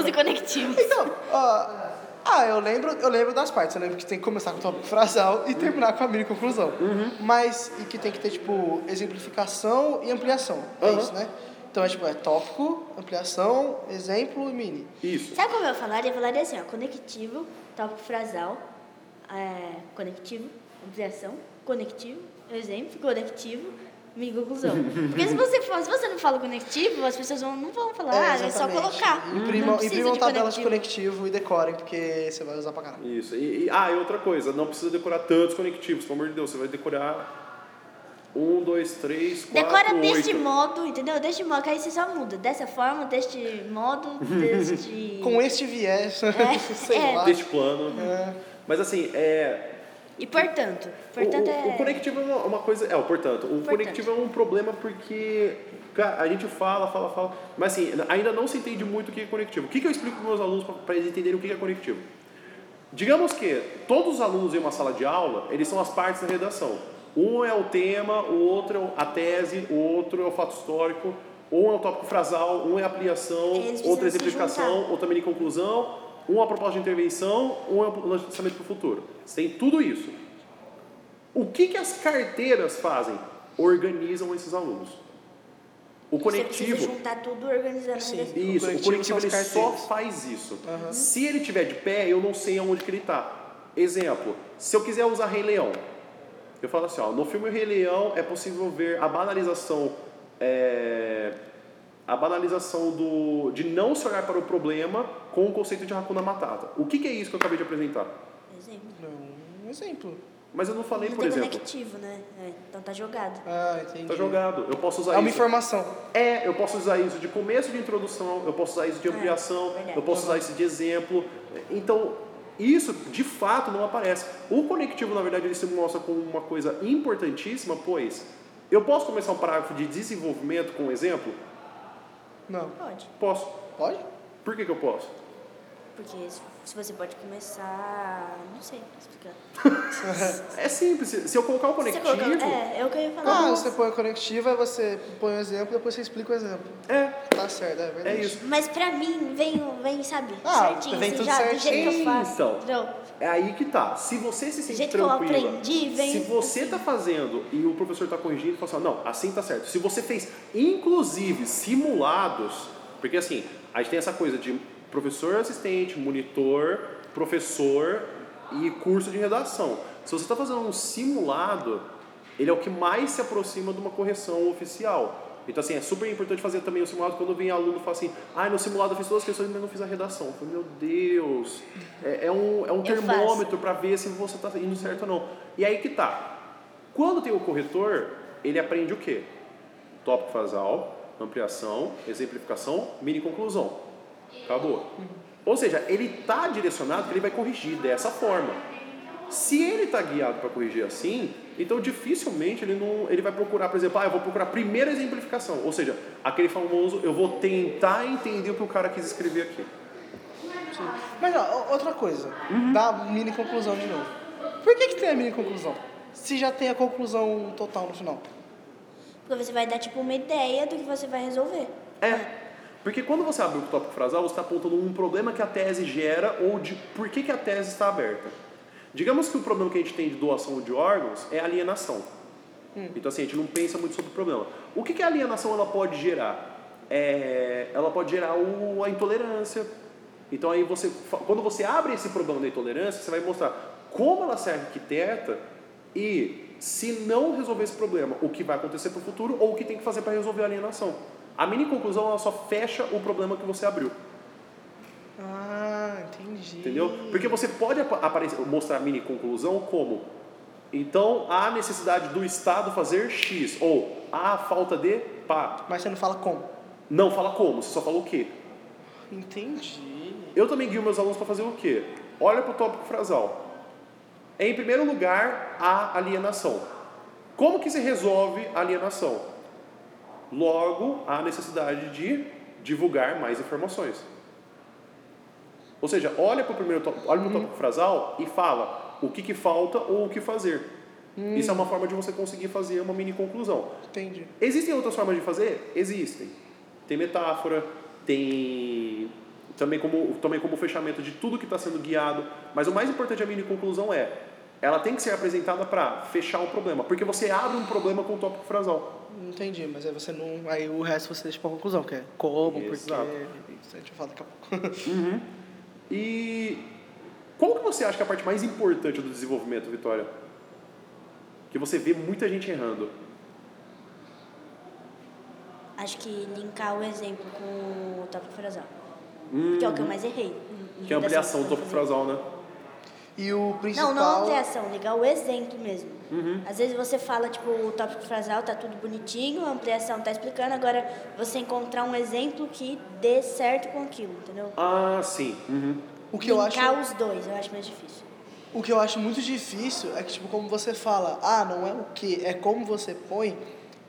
Speaker 3: Use conectivo.
Speaker 2: Então, ó, ah, eu lembro, eu lembro das partes. Eu lembro que tem que começar com o tópico frasal e terminar com a mini conclusão.
Speaker 1: Uhum.
Speaker 2: Mas e que tem que ter tipo exemplificação e ampliação. É
Speaker 1: Uhum.
Speaker 2: isso, né? Então é tipo é tópico, ampliação, exemplo e mini.
Speaker 1: Isso.
Speaker 3: Sabe como eu falaria? Eu falaria assim, ó, conectivo, tópico frasal, é, conectivo, ampliação, conectivo, exemplo, conectivo, mini conclusão. Porque se você, for, se você não fala conectivo, as pessoas vão, não vão falar, ah, é, só
Speaker 2: exatamente.
Speaker 3: colocar.
Speaker 1: Uhum.
Speaker 2: Imprimam,
Speaker 3: não precisa
Speaker 2: imprimam
Speaker 3: de
Speaker 2: tabelas
Speaker 3: conectivo.
Speaker 2: de conectivo e decorem, porque você vai usar pra caralho.
Speaker 1: Isso. E, e- ah, e outra coisa, não precisa decorar tantos conectivos, pelo amor de Deus. Você vai decorar um, dois, três, quatro,
Speaker 3: Decora deste
Speaker 1: oito.
Speaker 3: modo, entendeu? Deste modo, que aí você só muda. Dessa forma, deste
Speaker 2: (laughs)
Speaker 3: modo, deste...
Speaker 2: Com este viés, (laughs) sei
Speaker 3: é.
Speaker 2: lá.
Speaker 1: Deste plano. Mas assim, é,
Speaker 3: E portanto, portanto
Speaker 1: o, o-
Speaker 3: é...
Speaker 1: o conectivo é uma, uma coisa. É, o portanto. O conectivo é um problema porque. Cara, a gente fala, fala, fala. Mas assim, ainda não se entende muito o que é conectivo. O que, que eu explico para meus alunos para eles entenderem o que que é conectivo? Digamos que todos os alunos em uma sala de aula, eles são as partes da redação. Um é o tema, o outro é a tese, o outro é o fato histórico, um é o tópico frasal, um é a ampliação,
Speaker 3: Eles precisam
Speaker 1: outro é a
Speaker 3: se
Speaker 1: exemplificação,
Speaker 3: juntar.
Speaker 1: outro é a mini conclusão, um é a proposta de intervenção, um é o lançamento para o futuro. Você tem tudo isso. O que, que as carteiras fazem? Organizam esses alunos. O
Speaker 3: Você precisa um
Speaker 1: conectivo.
Speaker 3: juntar tudo organizando.
Speaker 2: Sim.
Speaker 3: Sim.
Speaker 1: Isso, o
Speaker 2: conectivo
Speaker 1: conectivo
Speaker 2: são as
Speaker 1: ele só
Speaker 2: carteiras.
Speaker 1: faz isso.
Speaker 2: Aham.
Speaker 1: Se ele tiver de pé, eu não sei aonde que ele tá. Exemplo, se eu quiser usar Rei Leão, eu falo assim, ó, no filme Rei Leão é possível ver a banalização é, a banalização do, de não se olhar para o problema com o conceito de Hakuna Matata. O que, que é isso que eu acabei de apresentar?
Speaker 3: Exemplo.
Speaker 2: Não, Um exemplo.
Speaker 1: Mas eu não falei,
Speaker 3: Não
Speaker 1: por
Speaker 3: tem
Speaker 1: exemplo.
Speaker 3: conectivo, né? É, então tá jogado.
Speaker 2: Ah, entendi.
Speaker 1: Tá jogado. Eu posso usar
Speaker 2: É uma
Speaker 1: isso.
Speaker 2: informação.
Speaker 1: É, eu posso usar isso de começo de introdução, eu posso usar isso de ampliação,
Speaker 3: É, verdade.
Speaker 1: eu posso usar isso de exemplo. Então, isso de fato não aparece. O conectivo, na verdade, ele se mostra como uma coisa importantíssima, pois eu posso começar um parágrafo de desenvolvimento com um exemplo?
Speaker 2: Não.
Speaker 3: Pode.
Speaker 1: Posso.
Speaker 2: Pode?
Speaker 1: Por que, que eu posso?
Speaker 3: Porque se- se você pode começar. Não sei explicar.
Speaker 1: É simples. Se se eu colocar o
Speaker 3: Você
Speaker 1: conectivo.
Speaker 3: colocou- É, é o que eu ia falar.
Speaker 2: Ah, você põe o conectivo, aí você põe o exemplo, depois você explica o exemplo.
Speaker 1: é,
Speaker 2: Tá certo, é
Speaker 1: é
Speaker 2: verdade.
Speaker 1: isso.
Speaker 3: Mas pra mim, vem, o- vem sabe,
Speaker 2: Ah,
Speaker 3: certinho,
Speaker 2: vem
Speaker 3: assim,
Speaker 2: tudo
Speaker 3: já, do jeito que eu
Speaker 1: certinho.
Speaker 3: faço.
Speaker 1: Então.
Speaker 3: entendeu?
Speaker 1: É aí que tá. Se você se sente
Speaker 3: jeito que eu
Speaker 1: tranquila,
Speaker 3: aprendi, vem
Speaker 1: se você tá fazendo e o professor tá corrigindo, fala assim, não, assim tá certo. Se você fez, inclusive, simulados, porque assim, a gente tem essa coisa de professor assistente, monitor, professor e curso de redação. Se você tá fazendo um simulado, ele é o que mais se aproxima de uma correção oficial. Então, assim, é super importante fazer também o simulado quando vem aluno e fala assim, ah, no simulado eu fiz todas as questões, mas não fiz a redação. Eu falo, meu Deus, é, é um, é um
Speaker 3: Eu faço.
Speaker 1: termômetro parâmetro para ver se você está indo certo ou não. E aí que tá. Quando tem o corretor, ele aprende o quê? Tópico frasal, ampliação, exemplificação, mini conclusão. Acabou. Ou seja, ele tá direcionado que ele vai corrigir dessa forma. Se ele tá guiado para corrigir assim, então dificilmente ele não ele vai procurar, por exemplo, ah, eu vou procurar a primeira exemplificação, ou seja, aquele famoso, eu vou tentar entender o que o cara quis escrever aqui.
Speaker 2: Mas ó, o- outra coisa, dá a mini conclusão de novo. Por que, que tem a mini conclusão? Se já tem a conclusão total no final.
Speaker 3: Porque você vai dar, tipo, uma ideia do que você vai resolver.
Speaker 1: É. Porque quando você abre o tópico frasal, você está apontando um problema que a tese gera ou de por que, que a tese está aberta. Digamos que o problema que a gente tem de doação de órgãos é alienação. Então, assim, a gente não pensa muito sobre o problema. O que, que a alienação ela pode gerar? É, ela pode gerar o- a intolerância. Então, aí você, fa- quando você abre esse problema da intolerância, você vai mostrar como ela se arquiteta e se não resolver esse problema, o que vai acontecer para o futuro ou o que tem que fazer para resolver a alienação. A mini conclusão ela só fecha o problema que você abriu.
Speaker 2: Ah, entendi.
Speaker 1: Entendeu? Porque você pode apa- aparecer, mostrar a mini conclusão como então há necessidade do Estado fazer X ou há falta de pá.
Speaker 2: Mas você não fala como.
Speaker 1: Não fala como, você só fala o quê.
Speaker 2: Entendi.
Speaker 1: Eu também guio meus alunos para fazer o quê? Olha para o tópico frasal. Em primeiro lugar, a alienação. Como que se resolve a alienação? Logo, há necessidade de divulgar mais informações. Ou seja, olha para o primeiro tópico, olha pro tópico frasal e fala o que, que falta ou o que fazer. Isso é uma forma de você conseguir fazer uma mini conclusão.
Speaker 2: Entendi.
Speaker 1: Existem outras formas de fazer? Existem. Tem metáfora, tem também como, também como fechamento de tudo que está sendo guiado. Mas o mais importante da mini conclusão é, ela tem que ser apresentada para fechar o problema, porque você abre um problema com o tópico frasal.
Speaker 2: Entendi, mas aí você não. Aí o resto você deixa pra conclusão, que é como, porque. Isso
Speaker 1: Exato.
Speaker 2: a gente vai falar daqui a pouco. (laughs)
Speaker 1: E qual que você acha que é a parte mais importante do desenvolvimento, Vitória? Que você vê muita gente errando.
Speaker 3: Acho que linkar o exemplo com o tópico frasal. Que é o que eu mais errei.
Speaker 1: Uhum. Que é a ampliação do tópico frasal, né?
Speaker 2: E o principal.
Speaker 3: Não, não a ampliação, ligar o exemplo mesmo.
Speaker 2: Uhum.
Speaker 3: Às vezes você fala, tipo, o tópico frasal tá tudo bonitinho, a ampliação tá explicando, agora você encontrar um exemplo que dê certo com aquilo, entendeu?
Speaker 1: Ah, sim. Uhum.
Speaker 2: O que eu acho.
Speaker 3: Linkar os dois, eu acho mais difícil.
Speaker 2: O que eu acho muito difícil é que, tipo, como você fala, ah, não é o que, é como você põe,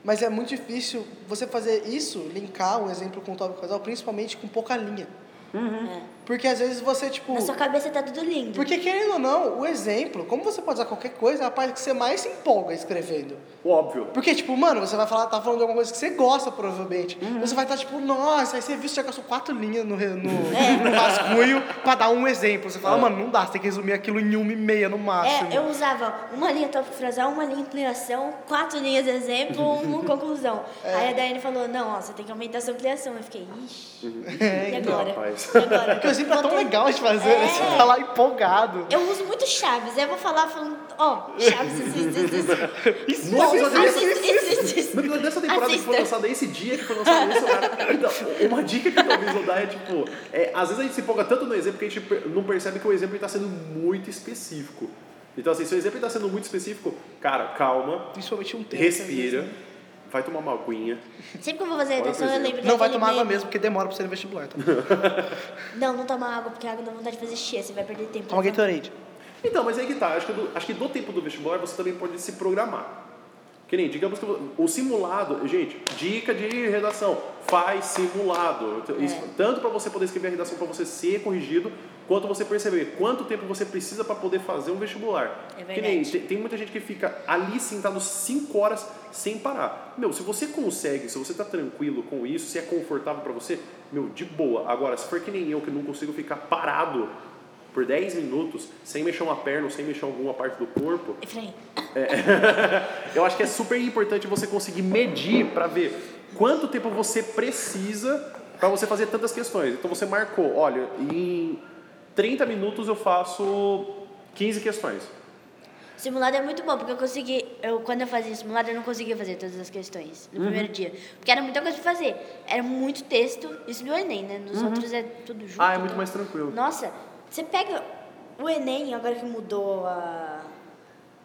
Speaker 2: mas é muito difícil você fazer isso, linkar um exemplo com o tópico casal, principalmente com pouca linha.
Speaker 3: É.
Speaker 2: Porque às vezes você, tipo.
Speaker 3: Na sua cabeça tá tudo lindo.
Speaker 2: Porque querendo ou não, o exemplo, como você pode usar qualquer coisa, é a parte que você mais se empolga escrevendo.
Speaker 1: Óbvio.
Speaker 2: Porque, tipo, mano, você vai falar, tá falando de alguma coisa que você gosta, provavelmente.
Speaker 3: Uhum.
Speaker 2: Você vai estar, tipo, nossa, aí você viu, você já gastou quatro linhas no, re- no,
Speaker 3: É.
Speaker 2: no rascunho pra dar um exemplo. Você fala, mano, não dá, você tem que resumir aquilo em uma e meia no máximo.
Speaker 3: É, eu usava uma linha tópico frasal, uma linha ampliação, quatro linhas
Speaker 2: (laughs)
Speaker 3: de exemplo, uma conclusão.
Speaker 2: É.
Speaker 3: Aí a Daiane falou, não, ó, você tem que aumentar a sua ampliação. Eu fiquei, ixi, e agora?
Speaker 1: Rapaz.
Speaker 3: E
Speaker 2: É,
Speaker 3: agora?
Speaker 2: então. Porque o exemplo é tão
Speaker 3: Botei-
Speaker 2: legal de fazer, né? Você
Speaker 3: É.
Speaker 2: tá lá empolgado.
Speaker 3: Eu uso muito Chaves, aí eu vou falar falando, ó, Chaves,
Speaker 2: (laughs)
Speaker 3: isso, isso, isso, isso. assim.
Speaker 1: No episódio
Speaker 3: Assista, isso, isso, isso.
Speaker 1: No episódio dessa é temporada que foi
Speaker 3: Assista.
Speaker 1: lançada esse dia, que foi lançado esse horário. Então, uma dica que talvez eu dar é tipo, é, às vezes a gente se empolga tanto no exemplo que a gente per- não percebe que o exemplo está sendo muito tá específico. Então, assim, seu exemplo está sendo muito específico. Cara, calma,
Speaker 2: Principalmente um tempo.
Speaker 1: respira, vai tomar uma aguinha.
Speaker 3: Sempre que eu vou fazer
Speaker 1: Olha
Speaker 3: redação,
Speaker 1: pra
Speaker 3: eu
Speaker 1: você.
Speaker 3: lembro
Speaker 2: Não vai
Speaker 3: daquele
Speaker 2: tomar água
Speaker 3: meme.
Speaker 2: mesmo, porque demora pra você ir no vestibular. Tá?
Speaker 3: Não, não tomar água, porque a água dá vontade de fazer xixi, você vai perder tempo.
Speaker 2: Toma Gatorade.
Speaker 1: Então, mas aí que tá. Acho que, do, acho que do tempo do vestibular você também pode se programar. Que nem, digamos que vo- o simulado, gente, dica de redação, faz simulado. T-
Speaker 3: É.
Speaker 1: isso- Tanto para você poder escrever a redação para você ser corrigido, quanto você perceber quanto tempo você precisa para poder fazer um vestibular.
Speaker 3: É
Speaker 1: que nem,
Speaker 3: verdade.
Speaker 1: te- tem muita gente que fica ali sentado 5 horas sem parar. Meu, se você consegue, se você tá tranquilo com isso, se é confortável para você, meu, de boa. Agora, se for que nem eu que não consigo ficar parado por 10 minutos sem mexer uma perna ou sem mexer alguma parte do corpo,
Speaker 3: Efraim,
Speaker 1: eu acho que é super importante você conseguir medir para ver quanto tempo você precisa para você fazer tantas questões. Então você marcou, olha, em 30 minutos eu faço 15 questões.
Speaker 3: simulado é muito bom, porque eu consegui. Eu, quando eu fazia simulado, eu não conseguia fazer todas as questões
Speaker 1: Uhum.
Speaker 3: no primeiro dia. Porque era muita coisa pra fazer. Era muito texto, isso do Enem, né? Nos outros é tudo junto.
Speaker 1: Uhum. Ah, é muito
Speaker 3: então-
Speaker 1: mais tranquilo.
Speaker 3: Nossa, você pega o Enem, agora que mudou a-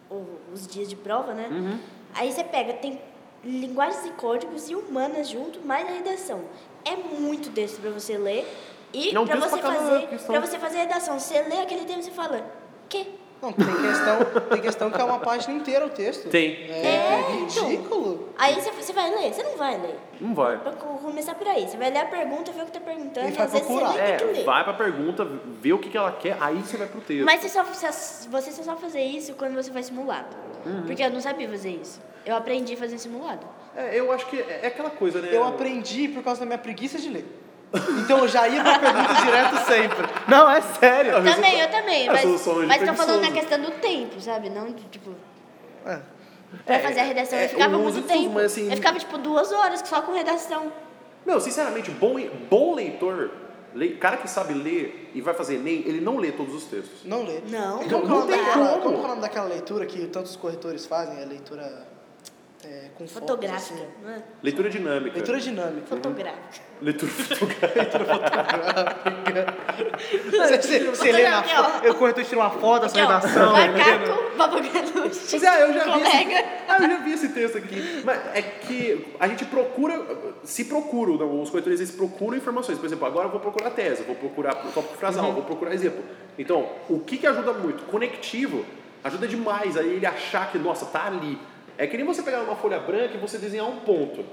Speaker 3: o- os dias de prova, né?
Speaker 1: Uhum.
Speaker 3: Aí você pega, tem linguagens e códigos e humanas junto, mais a redação. É muito texto pra você ler e
Speaker 1: Não,
Speaker 3: pra
Speaker 1: texto
Speaker 3: você,
Speaker 1: pra cada
Speaker 3: fazer,
Speaker 1: questão.
Speaker 3: pra você fazer a redação. Você lê aquele tempo e você fala, quê?
Speaker 2: Não, tem questão, tem questão que é uma página inteira o texto.
Speaker 1: Tem.
Speaker 2: É,
Speaker 3: É, então.
Speaker 2: ridículo.
Speaker 3: Aí você, você vai ler? Você não vai ler.
Speaker 1: Não vai.
Speaker 3: Pra co- começar por aí. Você vai ler a pergunta, ver o que tá perguntando,
Speaker 2: E
Speaker 3: e
Speaker 2: vai
Speaker 3: às vezes
Speaker 2: procurar.
Speaker 3: você nem tem que
Speaker 1: É,
Speaker 3: ler.
Speaker 1: vai pra pergunta, vê o que, que ela quer, aí você vai pro texto.
Speaker 3: Mas você só, você- você só sabe fazer isso quando você faz simulado.
Speaker 1: Uhum.
Speaker 3: Porque eu não sabia fazer isso. Eu aprendi a fazer simulado.
Speaker 1: É, eu acho que é é aquela coisa, né?
Speaker 2: Eu aprendi por causa da minha preguiça de ler. Então eu já ia pra pergunta direto sempre. Não, é sério.
Speaker 1: mas
Speaker 3: também,
Speaker 1: eu-
Speaker 2: tá-
Speaker 3: eu também.
Speaker 2: é,
Speaker 1: eu
Speaker 3: Mas,
Speaker 1: sou- sou um
Speaker 3: mas tô falando na
Speaker 1: preguiçoso.
Speaker 3: questão do tempo, sabe? Não de, tipo...
Speaker 2: É.
Speaker 3: Pra fazer a redação,
Speaker 1: é,
Speaker 3: eu ficava
Speaker 1: eu uso
Speaker 3: muito
Speaker 1: tudo,
Speaker 3: tempo.
Speaker 1: mas, assim,
Speaker 3: eu ficava, tipo, duas horas só com redação.
Speaker 1: Meu, sinceramente, bom, bom leitor, le- cara que sabe ler e vai fazer Enem, ele não lê todos os textos.
Speaker 2: Não lê.
Speaker 3: Não,
Speaker 2: Como,
Speaker 1: Então,
Speaker 2: que é o
Speaker 1: não
Speaker 2: nome
Speaker 1: tem
Speaker 2: daquela-
Speaker 1: como.
Speaker 2: como que é o nome daquela leitura que tantos corretores fazem? É leitura é, com fotos,
Speaker 3: Fotográfica.
Speaker 2: assim.
Speaker 3: né?
Speaker 1: Leitura dinâmica.
Speaker 2: Leitura dinâmica.
Speaker 3: Fotográfica.
Speaker 1: Leitura fotográfica.
Speaker 2: Você, você- você lê na
Speaker 3: Aqui, ó.
Speaker 2: foto. Eu corretor tira uma foto dessa
Speaker 3: Aqui,
Speaker 2: redação.
Speaker 3: ó,
Speaker 2: né?
Speaker 3: Macaco, papagaio,
Speaker 1: Mas é, eu já vi
Speaker 3: colega.
Speaker 1: esse, Ah, eu já vi esse texto aqui. Mas é que a gente procura, se procura, não, os corretores eles procuram informações. Por exemplo, agora eu vou procurar tese, vou procurar tópico frasal, vou procurar exemplo. Então, o que, que ajuda muito? Conectivo ajuda demais a ele achar que, nossa, tá ali. É que nem você pegar uma folha branca e você desenhar um ponto.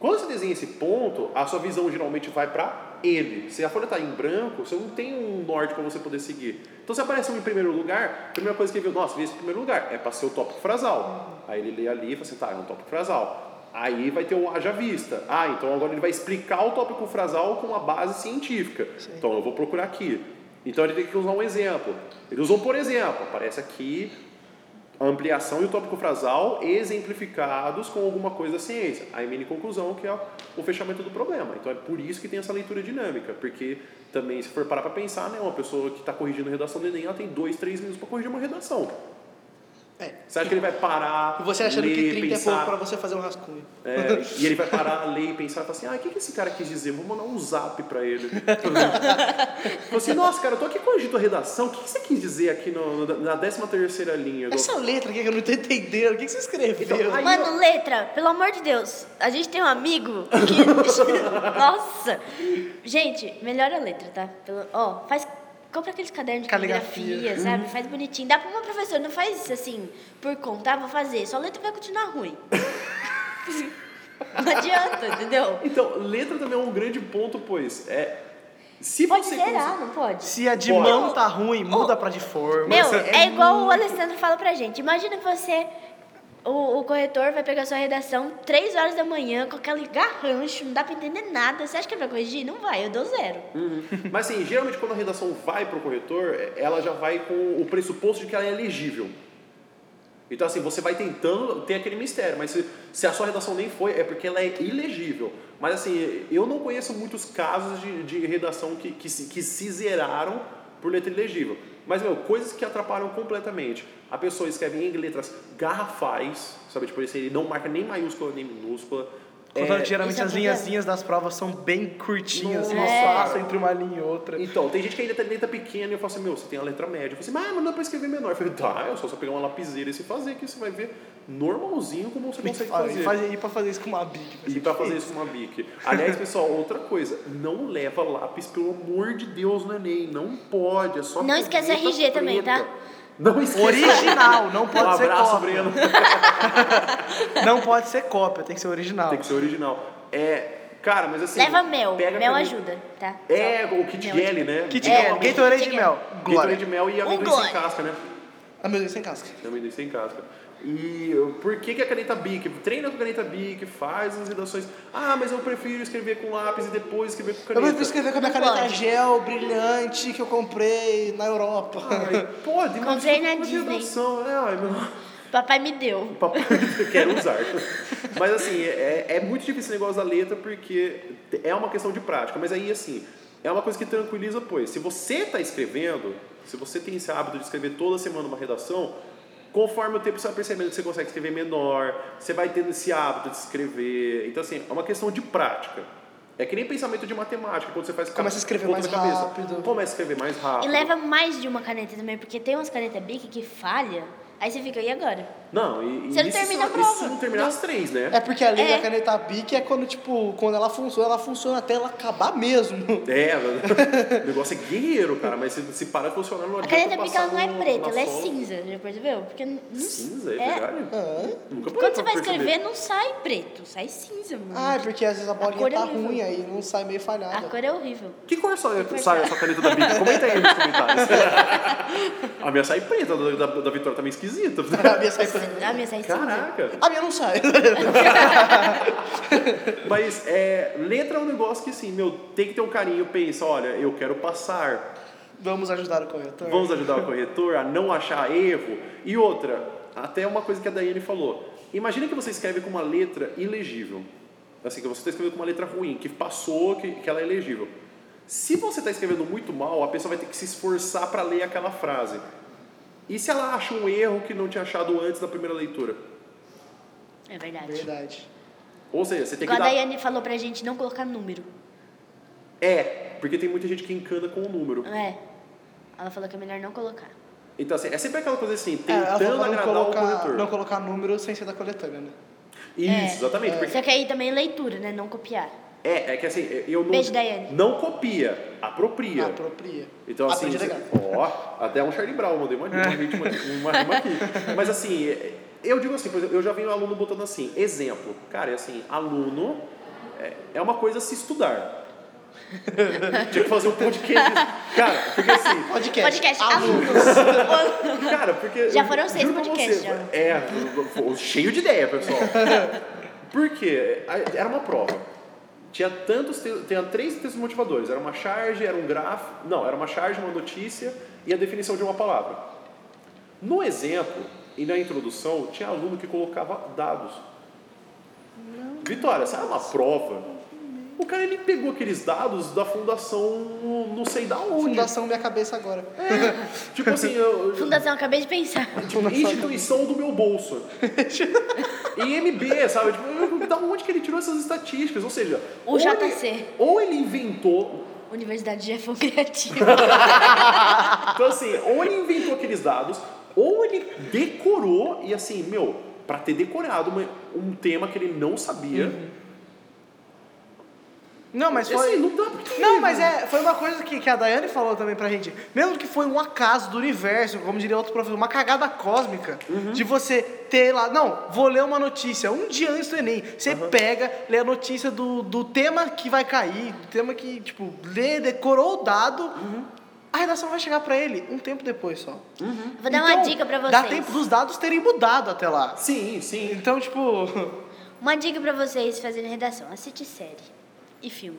Speaker 1: Quando você desenha esse ponto, a sua visão geralmente vai para ele. Se a folha está em branco, você não tem um norte para você poder seguir. Então, se aparece um em primeiro lugar, a primeira coisa que ele viu, nossa, vi esse em primeiro lugar, é para ser o tópico frasal. Aí ele lê ali e fala assim, tá, é um tópico frasal. Aí vai ter o haja vista. Ah, então agora ele vai explicar o tópico frasal com uma base científica. Então, eu vou procurar aqui. Então, ele tem que usar um exemplo. Ele usou, por exemplo, aparece aqui, a ampliação e o tópico frasal exemplificados com alguma coisa da ciência. Aí mini conclusão que é o fechamento do problema. Então é por isso que tem essa leitura dinâmica, porque também se for parar para pensar, né, uma pessoa que está corrigindo a redação do Enem, ela tem dois, três minutos para corrigir uma redação.
Speaker 2: É.
Speaker 1: Você acha que ele vai parar,
Speaker 2: E você achando
Speaker 1: ler,
Speaker 2: que 30 é pouco
Speaker 1: pensar,
Speaker 2: pra você fazer um rascunho.
Speaker 1: é, e ele vai parar, ler e pensar e falar assim: ah, o que, que esse cara quis dizer? Vou mandar um zap pra ele. Fala assim, nossa, cara, eu tô aqui corrigindo a redação, o que, que você quis dizer aqui no, no- na 13 terceira linha?
Speaker 2: Essa letra aqui que eu não tô entendendo. O que que você escreveu?
Speaker 1: Então, aí-
Speaker 3: Mano, letra, pelo amor de Deus. A gente tem um amigo que. Nossa! Gente, melhora a letra, tá? Pelo- Ó, faz. Compra aqueles cadernos de
Speaker 2: Caligrafia.
Speaker 3: caligrafia, sabe? Faz bonitinho. Dá pra uma professora, não faz isso assim, por contar, vou fazer. Sua letra vai continuar ruim. (laughs) não adianta, entendeu?
Speaker 1: Então, letra também é um grande ponto, pois. É, se
Speaker 3: Pode
Speaker 1: você
Speaker 3: zerar,
Speaker 1: cons-
Speaker 3: não pode?
Speaker 2: Se a de
Speaker 1: Bora.
Speaker 2: mão tá ruim, muda pra de forma.
Speaker 3: Meu,
Speaker 2: Você-
Speaker 3: é igual o Alessandro fala pra gente. Imagina você, o, o corretor vai pegar sua redação 3 horas da manhã, com aquele garrancho, não dá pra entender nada. Você acha que é ele vai corrigir? Não vai, eu dou zero.
Speaker 1: Mas assim, geralmente quando a redação vai pro corretor, é- ela já vai com o pressuposto de que ela é legível. Então assim, você vai tentando ter aquele mistério, mas se, se a sua redação nem foi, é porque ela é ilegível. Mas assim, eu não conheço muitos casos de, de redação que, que, se, que se zeraram por letra ilegível. Mas, meu, coisas que atrapalham completamente. A pessoa escreve em letras garrafais, sabe? Tipo, esse aí não marca nem maiúscula nem minúscula.
Speaker 2: Contando que geralmente
Speaker 3: isso é
Speaker 2: as
Speaker 3: problema.
Speaker 2: linhazinhas das provas são bem curtinhas,
Speaker 1: Nossa,
Speaker 2: não
Speaker 1: É.
Speaker 2: passa entre uma linha e outra.
Speaker 1: Então, tem gente que ainda tem letra pequena e eu falo assim, meu, você tem a letra média. Eu falo assim, mas não dá pra escrever menor. Eu falei, dá, é só você pegar uma lapiseira e se fazer, que você vai ver normalzinho como você consegue fazer.
Speaker 2: E pra fazer isso com uma big. vai
Speaker 1: E
Speaker 2: ser
Speaker 1: pra fazer
Speaker 2: difícil.
Speaker 1: isso com uma bique. Aliás, pessoal, outra coisa, não leva lápis, pelo amor de Deus, no Enem. Não pode, é só
Speaker 3: Não esquece
Speaker 1: caneta
Speaker 3: RG também, tá?
Speaker 1: preta. Não esquece.
Speaker 2: (laughs) Original, não
Speaker 1: Um
Speaker 2: pode ser
Speaker 1: abraço,
Speaker 2: cópia.
Speaker 1: Breno.
Speaker 2: Não pode ser cópia, tem que ser original.
Speaker 1: Tem que ser original. É, cara, mas assim...
Speaker 3: Leva mel.
Speaker 1: pega a
Speaker 3: Mel
Speaker 1: caneta-
Speaker 3: ajuda, tá?
Speaker 1: É,
Speaker 3: Só.
Speaker 1: o Kit
Speaker 3: Mel
Speaker 1: Gelly,
Speaker 3: ajuda.
Speaker 1: né?
Speaker 2: Kit
Speaker 3: É,
Speaker 2: Gal,
Speaker 3: o
Speaker 2: Gatorade
Speaker 3: Kit
Speaker 2: de
Speaker 3: Gal.
Speaker 2: mel.
Speaker 1: Gatorade
Speaker 2: Glória.
Speaker 1: de mel e amendoim sem
Speaker 3: Glória.
Speaker 1: casca, né?
Speaker 2: Amendoim sem casca.
Speaker 1: Amendoim sem casca. E por que, que a caneta Bic? Treina com a caneta Bic, faz as redações. Ah, mas eu prefiro escrever com lápis e depois escrever com
Speaker 2: Eu
Speaker 1: caneta.
Speaker 2: prefiro escrever com a minha
Speaker 3: Não
Speaker 2: caneta
Speaker 3: pode.
Speaker 2: gel brilhante que eu comprei na Europa.
Speaker 1: Ai, pode, mas
Speaker 3: Comprei na
Speaker 1: uma
Speaker 3: Disney.
Speaker 1: redação, né? Ai, meu...
Speaker 3: Papai me deu.
Speaker 1: Papai, (laughs) quero usar. Mas assim, é, é muito difícil esse negócio da letra porque é uma questão de prática. Mas aí, assim, é uma coisa que tranquiliza, pois. Se você está escrevendo, se você tem esse hábito de escrever toda semana uma redação, conforme o tempo você vai percebendo que você consegue escrever menor, você vai tendo esse hábito de escrever. Então, assim, é uma questão de prática. É que nem pensamento de matemática, quando você faz
Speaker 2: Começa a escrever
Speaker 1: conta
Speaker 2: mais
Speaker 1: na cabeça.
Speaker 2: rápido.
Speaker 1: Começa a escrever mais
Speaker 3: E
Speaker 1: rápido.
Speaker 3: leva mais de uma caneta também, porque tem umas canetas Bic que falha. Aí você fica, e agora?
Speaker 1: Não, e, e
Speaker 3: Você não
Speaker 1: isso
Speaker 3: termina
Speaker 1: só-
Speaker 3: a
Speaker 1: isso
Speaker 3: prova.
Speaker 1: não terminar as três, né?
Speaker 2: É porque a lei
Speaker 3: É.
Speaker 2: da caneta Bic é quando, tipo, quando ela funciona, ela funciona até ela acabar mesmo.
Speaker 1: É, mano. o negócio é guerreiro, cara, mas se, se parar de funcionar, não
Speaker 3: A
Speaker 1: adianta
Speaker 3: caneta
Speaker 1: eu
Speaker 3: Bic
Speaker 1: passar
Speaker 3: ela não é
Speaker 1: no-
Speaker 3: preta,
Speaker 1: na
Speaker 3: ela é
Speaker 1: sola.
Speaker 3: cinza, já percebeu? Porque não- não-
Speaker 1: Cinza, é,
Speaker 3: é.
Speaker 1: verdade? Nunca
Speaker 2: Ah.
Speaker 1: parei
Speaker 3: Quando você
Speaker 1: pra
Speaker 3: vai
Speaker 1: perceber.
Speaker 3: escrever, não sai preto, sai cinza, mano.
Speaker 2: Ah, é porque às vezes a bolinha
Speaker 3: cor é
Speaker 2: tá
Speaker 3: horrível.
Speaker 2: ruim aí, não sai meio
Speaker 3: a
Speaker 2: falhada.
Speaker 3: cor é horrível.
Speaker 1: Que cor sai,
Speaker 3: Que cor
Speaker 1: sai
Speaker 3: sai?
Speaker 1: a sua caneta da Bic? Comenta aí nos
Speaker 3: (laughs)
Speaker 1: comentários. a minha sai preta, a da, da, da Vitória tá meio esquisita.
Speaker 2: A minha sai
Speaker 3: A minha sai cinza.
Speaker 1: Caraca!
Speaker 2: A minha não sai. (laughs)
Speaker 1: Mas é, letra é um negócio que, assim, meu, tem que ter um carinho. Pensa, olha, eu quero passar.
Speaker 2: Vamos ajudar o corretor?
Speaker 1: Vamos ajudar o corretor a não achar erro. E outra, até uma coisa que a Daiane falou. Imagina que você escreve com uma letra ilegível. Assim, que você está escrevendo com uma letra ruim, que passou, que, que ela é legível. Se você está escrevendo muito mal, a pessoa vai ter que se esforçar para ler aquela frase. E se ela acha um erro que não tinha achado antes da primeira leitura?
Speaker 3: É verdade.
Speaker 2: Verdade.
Speaker 1: Ou seja, você tem que
Speaker 3: Igual a
Speaker 1: dar... um-
Speaker 3: Daiane falou pra gente não colocar número.
Speaker 1: É, porque tem muita gente que encana com o número.
Speaker 3: É. Ela falou que é melhor não colocar.
Speaker 1: Então, assim, é sempre aquela coisa assim,
Speaker 2: É, ela
Speaker 1: tentando
Speaker 2: falou pra
Speaker 1: agradar
Speaker 2: não
Speaker 1: o
Speaker 2: colocar,
Speaker 1: corretor.
Speaker 2: não colocar número sem ser da coletânea, né?
Speaker 1: Isso,
Speaker 3: É.
Speaker 1: exatamente. porque-
Speaker 3: Só que aí também leitura, né? Não copiar.
Speaker 1: É, é que assim, eu não.
Speaker 3: Beijo, Daiane.
Speaker 1: Não copia, apropria.
Speaker 2: Apropria.
Speaker 1: Então assim.
Speaker 2: Aprendi
Speaker 1: você-
Speaker 2: legal.
Speaker 1: Ó, até um Charlie Brown, mandei uma, uma, ritmo- uma rima aqui. Mas assim, é, eu digo assim, por exemplo, eu já venho aluno botando assim, exemplo. Cara, é assim, aluno é, é uma coisa se estudar. Tinha que fazer um podcast. Cara, porque assim.
Speaker 2: Podcast.
Speaker 3: Podcast
Speaker 2: é
Speaker 3: é
Speaker 2: Aluno.
Speaker 3: alunos.
Speaker 1: Cara, porque.
Speaker 3: Já
Speaker 1: eu
Speaker 3: foram seis
Speaker 1: juro pra
Speaker 3: podcasts,
Speaker 1: você,
Speaker 3: já.
Speaker 1: É, foi cheio de ideia,
Speaker 3: (laughs)
Speaker 1: pessoal. Por quê? A- Era uma prova. Tinha tantos. te- Tinha três textos motivadores. Era uma charge, era um gráfico. Não, era uma charge, uma notícia e a definição de uma palavra. No exemplo e na introdução, tinha aluno que colocava dados. Vitória, sabe uma prova? O cara ele pegou aqueles dados da fundação não sei da onde.
Speaker 2: Fundação minha cabeça agora.
Speaker 1: Tipo assim, eu,
Speaker 3: Fundação, acabei de pensar. (laughs)
Speaker 1: Tipo, instituição do meu
Speaker 2: (laughs)
Speaker 1: bolso. IMB, sabe? Tipo, da onde que ele tirou essas estatísticas? Ou seja,
Speaker 3: O
Speaker 1: ou,
Speaker 3: JC.
Speaker 1: Ele, ou ele inventou.
Speaker 3: Universidade de Jefão Criativo.
Speaker 1: Então, assim, ou ele inventou aqueles dados, ou ele decorou, e assim, meu, pra ter decorado uma- um tema que ele não sabia.
Speaker 2: Uhum. Não, mas
Speaker 1: Assim,
Speaker 2: foi.
Speaker 1: não dá porque.
Speaker 2: Não, mas é, foi uma coisa que, que a Daiane falou também pra gente. Mesmo que foi um acaso do universo, como diria outro professor, uma cagada cósmica de você ter lá. Não, vou ler uma notícia um dia antes do Enem. Você pega, lê a notícia do, do tema que vai cair, do tema que, tipo, lê, decorou o dado. A redação vai chegar pra ele um tempo depois só.
Speaker 3: Vou dar É uma
Speaker 2: Então,
Speaker 3: dica pra vocês.
Speaker 2: Dá tempo dos dados terem mudado até lá.
Speaker 1: Sim, sim.
Speaker 2: Então, tipo. (laughs)
Speaker 3: Uma dica pra vocês fazerem redação. Assiste série e filme.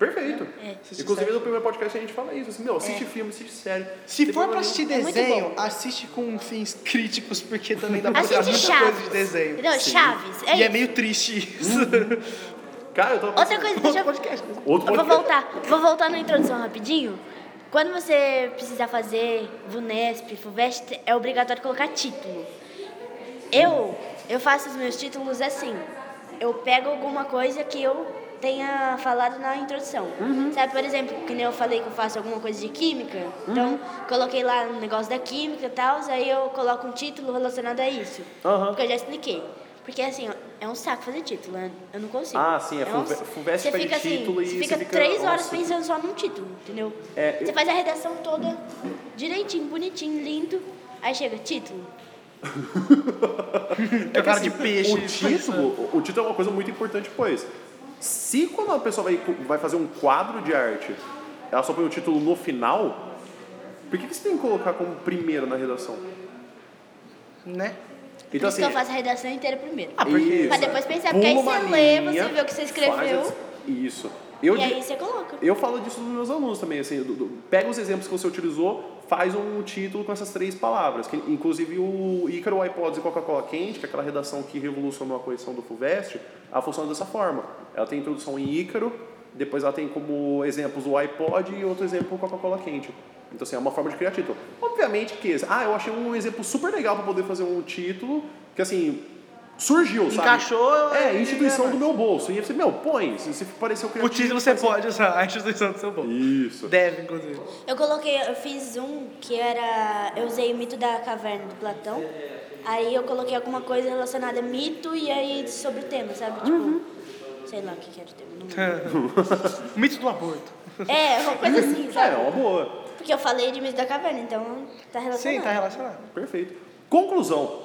Speaker 1: Perfeito.
Speaker 3: É.
Speaker 1: Inclusive, no primeiro podcast a gente fala isso. Assim, meu, assiste filme, assiste série.
Speaker 2: Se
Speaker 1: Tem
Speaker 2: for pra
Speaker 1: problema
Speaker 2: assistir
Speaker 3: É muito
Speaker 2: desenho, assiste com fins críticos, porque também dá pra olhar
Speaker 3: Assiste
Speaker 2: muita
Speaker 3: Chaves.
Speaker 2: coisa de desenho.
Speaker 3: Não, Chaves. É
Speaker 2: e é
Speaker 3: isso.
Speaker 2: meio triste isso.
Speaker 1: nenhum. Cara, eu tava
Speaker 3: Outra
Speaker 1: pensando-
Speaker 3: coisa, deixa eu...
Speaker 1: Outro
Speaker 3: eu vou
Speaker 1: podcast.
Speaker 3: voltar. Vou voltar na introdução rapidinho. Quando você precisar fazer VUNESP, FUVEST, é obrigatório colocar título. Eu, eu faço os meus títulos assim. Eu eu pego alguma coisa que eu tenha falado na introdução.
Speaker 1: Uhum.
Speaker 3: Sabe, por exemplo, que nem eu falei que eu faço alguma coisa de química,
Speaker 1: Uhum.
Speaker 3: então coloquei lá um negócio da química e tal, aí eu coloco um título relacionado a isso.
Speaker 1: Aham.
Speaker 3: Porque eu já expliquei. Porque assim, ó, é um saco fazer título, né? eu não consigo.
Speaker 1: Ah, sim, é Fulve-
Speaker 3: sa-
Speaker 1: Fulvestre
Speaker 3: Você
Speaker 1: pede
Speaker 3: fica assim,
Speaker 1: título e
Speaker 3: você
Speaker 1: você
Speaker 3: fica
Speaker 1: fica,
Speaker 3: três horas
Speaker 1: nossa.
Speaker 3: pensando só num título, entendeu?
Speaker 1: É, eu-
Speaker 3: Você faz a redação toda direitinho, bonitinho, lindo, aí chega título.
Speaker 2: É cara de
Speaker 1: assim,
Speaker 2: peixe.
Speaker 1: O título, o título é uma coisa muito importante, pois. Se quando a pessoa vai, vai fazer um quadro de arte, ela só põe o título no final, por que, que você tem que colocar como primeiro na redação? Então, assim,
Speaker 2: Né?
Speaker 3: Por isso que eu faço a redação inteira primeiro.
Speaker 2: Ah, porque-
Speaker 1: isso.
Speaker 3: Pra depois pensar, porque aí
Speaker 1: Pula
Speaker 3: você
Speaker 1: uma
Speaker 3: lê,
Speaker 1: linha,
Speaker 3: você vê o que você
Speaker 1: faz a-
Speaker 3: escreveu,
Speaker 1: Isso. Eu,
Speaker 3: e
Speaker 1: di-
Speaker 3: aí você coloca.
Speaker 1: eu falo disso dos meus alunos também, assim, do- do- pega os exemplos que você utilizou, faz um título com essas três palavras, que inclusive o Ícaro, iPods e Coca-Cola quente, que é aquela redação que revolucionou a correção do Fulvestre, ela funciona dessa forma. Ela tem introdução em Ícaro, depois ela tem como exemplos o iPod e outro exemplo o Coca-Cola quente. Então, assim, é uma forma de criar título. Obviamente que, ah, eu achei um exemplo super legal para poder fazer um título, que assim, surgiu, sabe?
Speaker 2: Encaixou,
Speaker 1: É,
Speaker 2: ele
Speaker 1: instituição
Speaker 2: é
Speaker 1: do meu bolso. E eu falei, meu, põe, se, se pareceu
Speaker 2: O
Speaker 1: criativo.
Speaker 2: título você pode usar, a instituição do seu bolso.
Speaker 1: Isso.
Speaker 2: Deve, inclusive.
Speaker 3: Eu coloquei, eu fiz um que era. Eu usei o mito da caverna do Platão. Aí eu coloquei alguma coisa relacionada a mito e aí sobre o tema, sabe? Tipo,
Speaker 2: Uhum.
Speaker 3: sei lá o que que era o tema. Não
Speaker 2: Tá.
Speaker 3: lembro.
Speaker 2: O mito do aborto.
Speaker 3: é, uma coisa
Speaker 2: Uhum.
Speaker 3: assim,
Speaker 1: É, é
Speaker 3: sabe?
Speaker 1: uma boa.
Speaker 3: Porque eu falei de mito da caverna, então tá relacionado.
Speaker 2: Sim, tá relacionado.
Speaker 1: Perfeito. Conclusão. O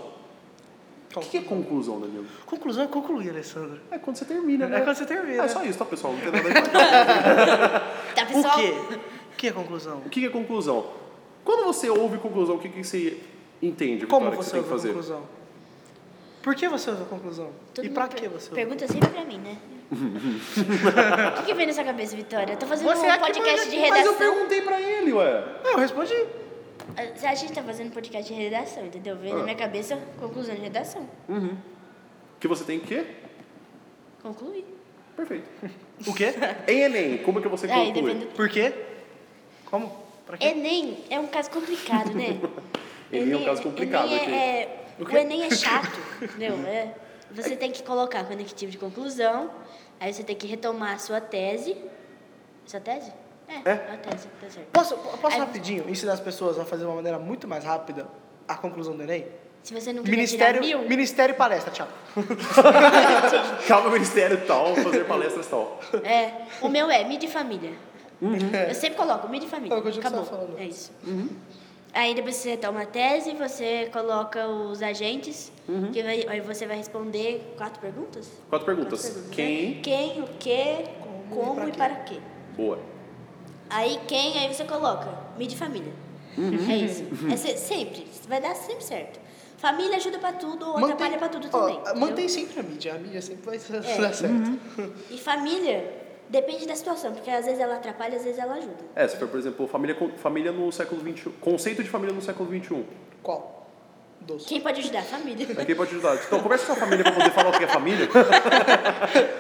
Speaker 2: Qual?
Speaker 1: que que é conclusão, Danilo?
Speaker 2: Conclusão é concluir, Alessandro.
Speaker 1: É quando você termina, né?
Speaker 2: É quando você termina.
Speaker 1: É só isso, tá, pessoal? Não tem nada demais.
Speaker 3: Tá,
Speaker 2: O
Speaker 3: pessoal?
Speaker 2: quê? O que é conclusão?
Speaker 1: O que que é conclusão? Quando você ouve conclusão, o que, que você entende,
Speaker 2: Como
Speaker 1: Vitória, que
Speaker 2: você
Speaker 1: Então, tem que
Speaker 2: usa
Speaker 1: fazer?
Speaker 2: conclusão? Por que você usa conclusão?
Speaker 3: Todo
Speaker 2: e pra
Speaker 3: mundo
Speaker 2: que você usa?
Speaker 3: Pergunta sempre pra mim,
Speaker 2: (laughs)
Speaker 3: né? o que, que vem na sua cabeça, Vitória? Eu tô fazendo
Speaker 2: Você
Speaker 3: um
Speaker 2: é que
Speaker 3: podcast
Speaker 2: manda-
Speaker 3: de
Speaker 1: Mas eu
Speaker 3: redação.
Speaker 1: perguntei pra ele, ué.
Speaker 2: Ah, eu respondi.
Speaker 3: A gente tá fazendo um podcast de redação, entendeu? Vem
Speaker 1: Ah.
Speaker 3: na minha cabeça conclusão de redação.
Speaker 1: Que você tem que...
Speaker 3: Concluir.
Speaker 1: Perfeito.
Speaker 2: O
Speaker 3: (laughs)
Speaker 2: quê?
Speaker 1: Em Enem, como que você conclui?
Speaker 3: Aí É, depende do
Speaker 2: Por quê? Como? Pra quê?
Speaker 3: Enem é um caso complicado, né?
Speaker 1: (laughs) Enem é um caso complicado,
Speaker 3: Enem é-
Speaker 1: ok.
Speaker 3: é- o Enem
Speaker 1: (laughs)
Speaker 3: é chato, entendeu? É, você tem que colocar conectivo de conclusão, aí você tem que retomar a sua tese. Sua tese? É,
Speaker 1: É.
Speaker 3: a tese, tá certo.
Speaker 2: Posso, posso
Speaker 3: Aí-
Speaker 2: rapidinho ensinar as pessoas a fazer de uma maneira muito mais rápida a conclusão do Enem?
Speaker 3: Se você não quiser tirar
Speaker 2: Ministério,
Speaker 3: mil,
Speaker 2: ministério e palestra, tchau.
Speaker 1: (laughs) Calma, ministério tal, fazer palestras tal.
Speaker 3: é, o meu é mídia e família. Eu sempre coloco mídia e família.
Speaker 2: É o que eu já
Speaker 3: Acabou.
Speaker 2: estava falando.
Speaker 3: É isso. Aí depois você retoma a tese, você coloca os agentes, que vai- aí você vai responder quatro perguntas?
Speaker 1: Quatro perguntas.
Speaker 3: Perguntas, né?
Speaker 1: Quem?
Speaker 3: Quem, o que, como,
Speaker 2: pra
Speaker 3: e
Speaker 2: quê?
Speaker 3: para quê.
Speaker 1: Boa.
Speaker 3: Aí quem, aí você coloca mídia e família. É isso. É se- sempre. Vai dar sempre certo. Família ajuda pra tudo ou atrapalha pra tudo
Speaker 2: ó,
Speaker 3: também. entendeu?
Speaker 2: mantém sempre a mídia, a mídia sempre vai (laughs) ser-
Speaker 3: É.
Speaker 2: dar certo.
Speaker 3: E família depende da situação, porque às vezes ela atrapalha, às vezes ela ajuda.
Speaker 1: É, se for, por exemplo, família, com- família no século XXI. Conceito de família no século um. XXI.
Speaker 2: Qual? Doce.
Speaker 3: Quem pode ajudar? A família.
Speaker 1: Mas Quem pode ajudar? Então, conversa com a sua família pra poder falar o que é (laughs) família.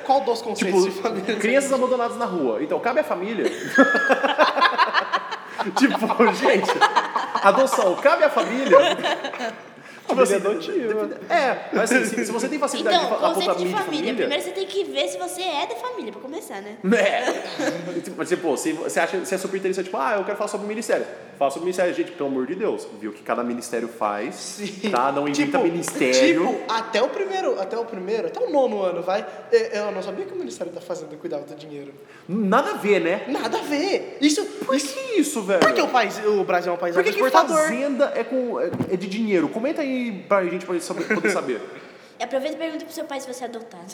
Speaker 2: Qual dos conceitos de família?
Speaker 1: Tipo, crianças abandonadas na rua. Então, cabe à (laughs) família? tipo, gente, adoção, cabe à família? Tipo assim, É, mas assim, se, se você tem facilidade
Speaker 3: Então,
Speaker 1: de falar
Speaker 3: conceito de
Speaker 1: mim
Speaker 3: família. Primeiro você tem que ver se você é da família, pra começar, né?
Speaker 1: É. Tipo, Mas, tipo, se você acha se é super interessante, tipo, ah, eu quero falar sobre ministério. Fala sobre ministério, gente, pelo amor de Deus. Viu o que cada ministério faz,
Speaker 2: Sim.
Speaker 1: tá? Não inventa
Speaker 2: Tipo-
Speaker 1: ministério.
Speaker 2: Tipo, até o primeiro, até o primeiro, até o nono ano, vai. é, Eu não sabia que o Ministério da Fazenda cuidava do dinheiro.
Speaker 1: Nada a ver, né?
Speaker 2: Nada a ver. Isso.
Speaker 1: Por que isso, velho?
Speaker 2: Por que o, país, o Brasil é um país
Speaker 1: Por que, que
Speaker 2: exportador?
Speaker 1: fazenda é, com, é é de dinheiro? Comenta aí pra gente poder saber. Poder saber.
Speaker 3: E aproveita e pergunta pro seu pai se você é adotado.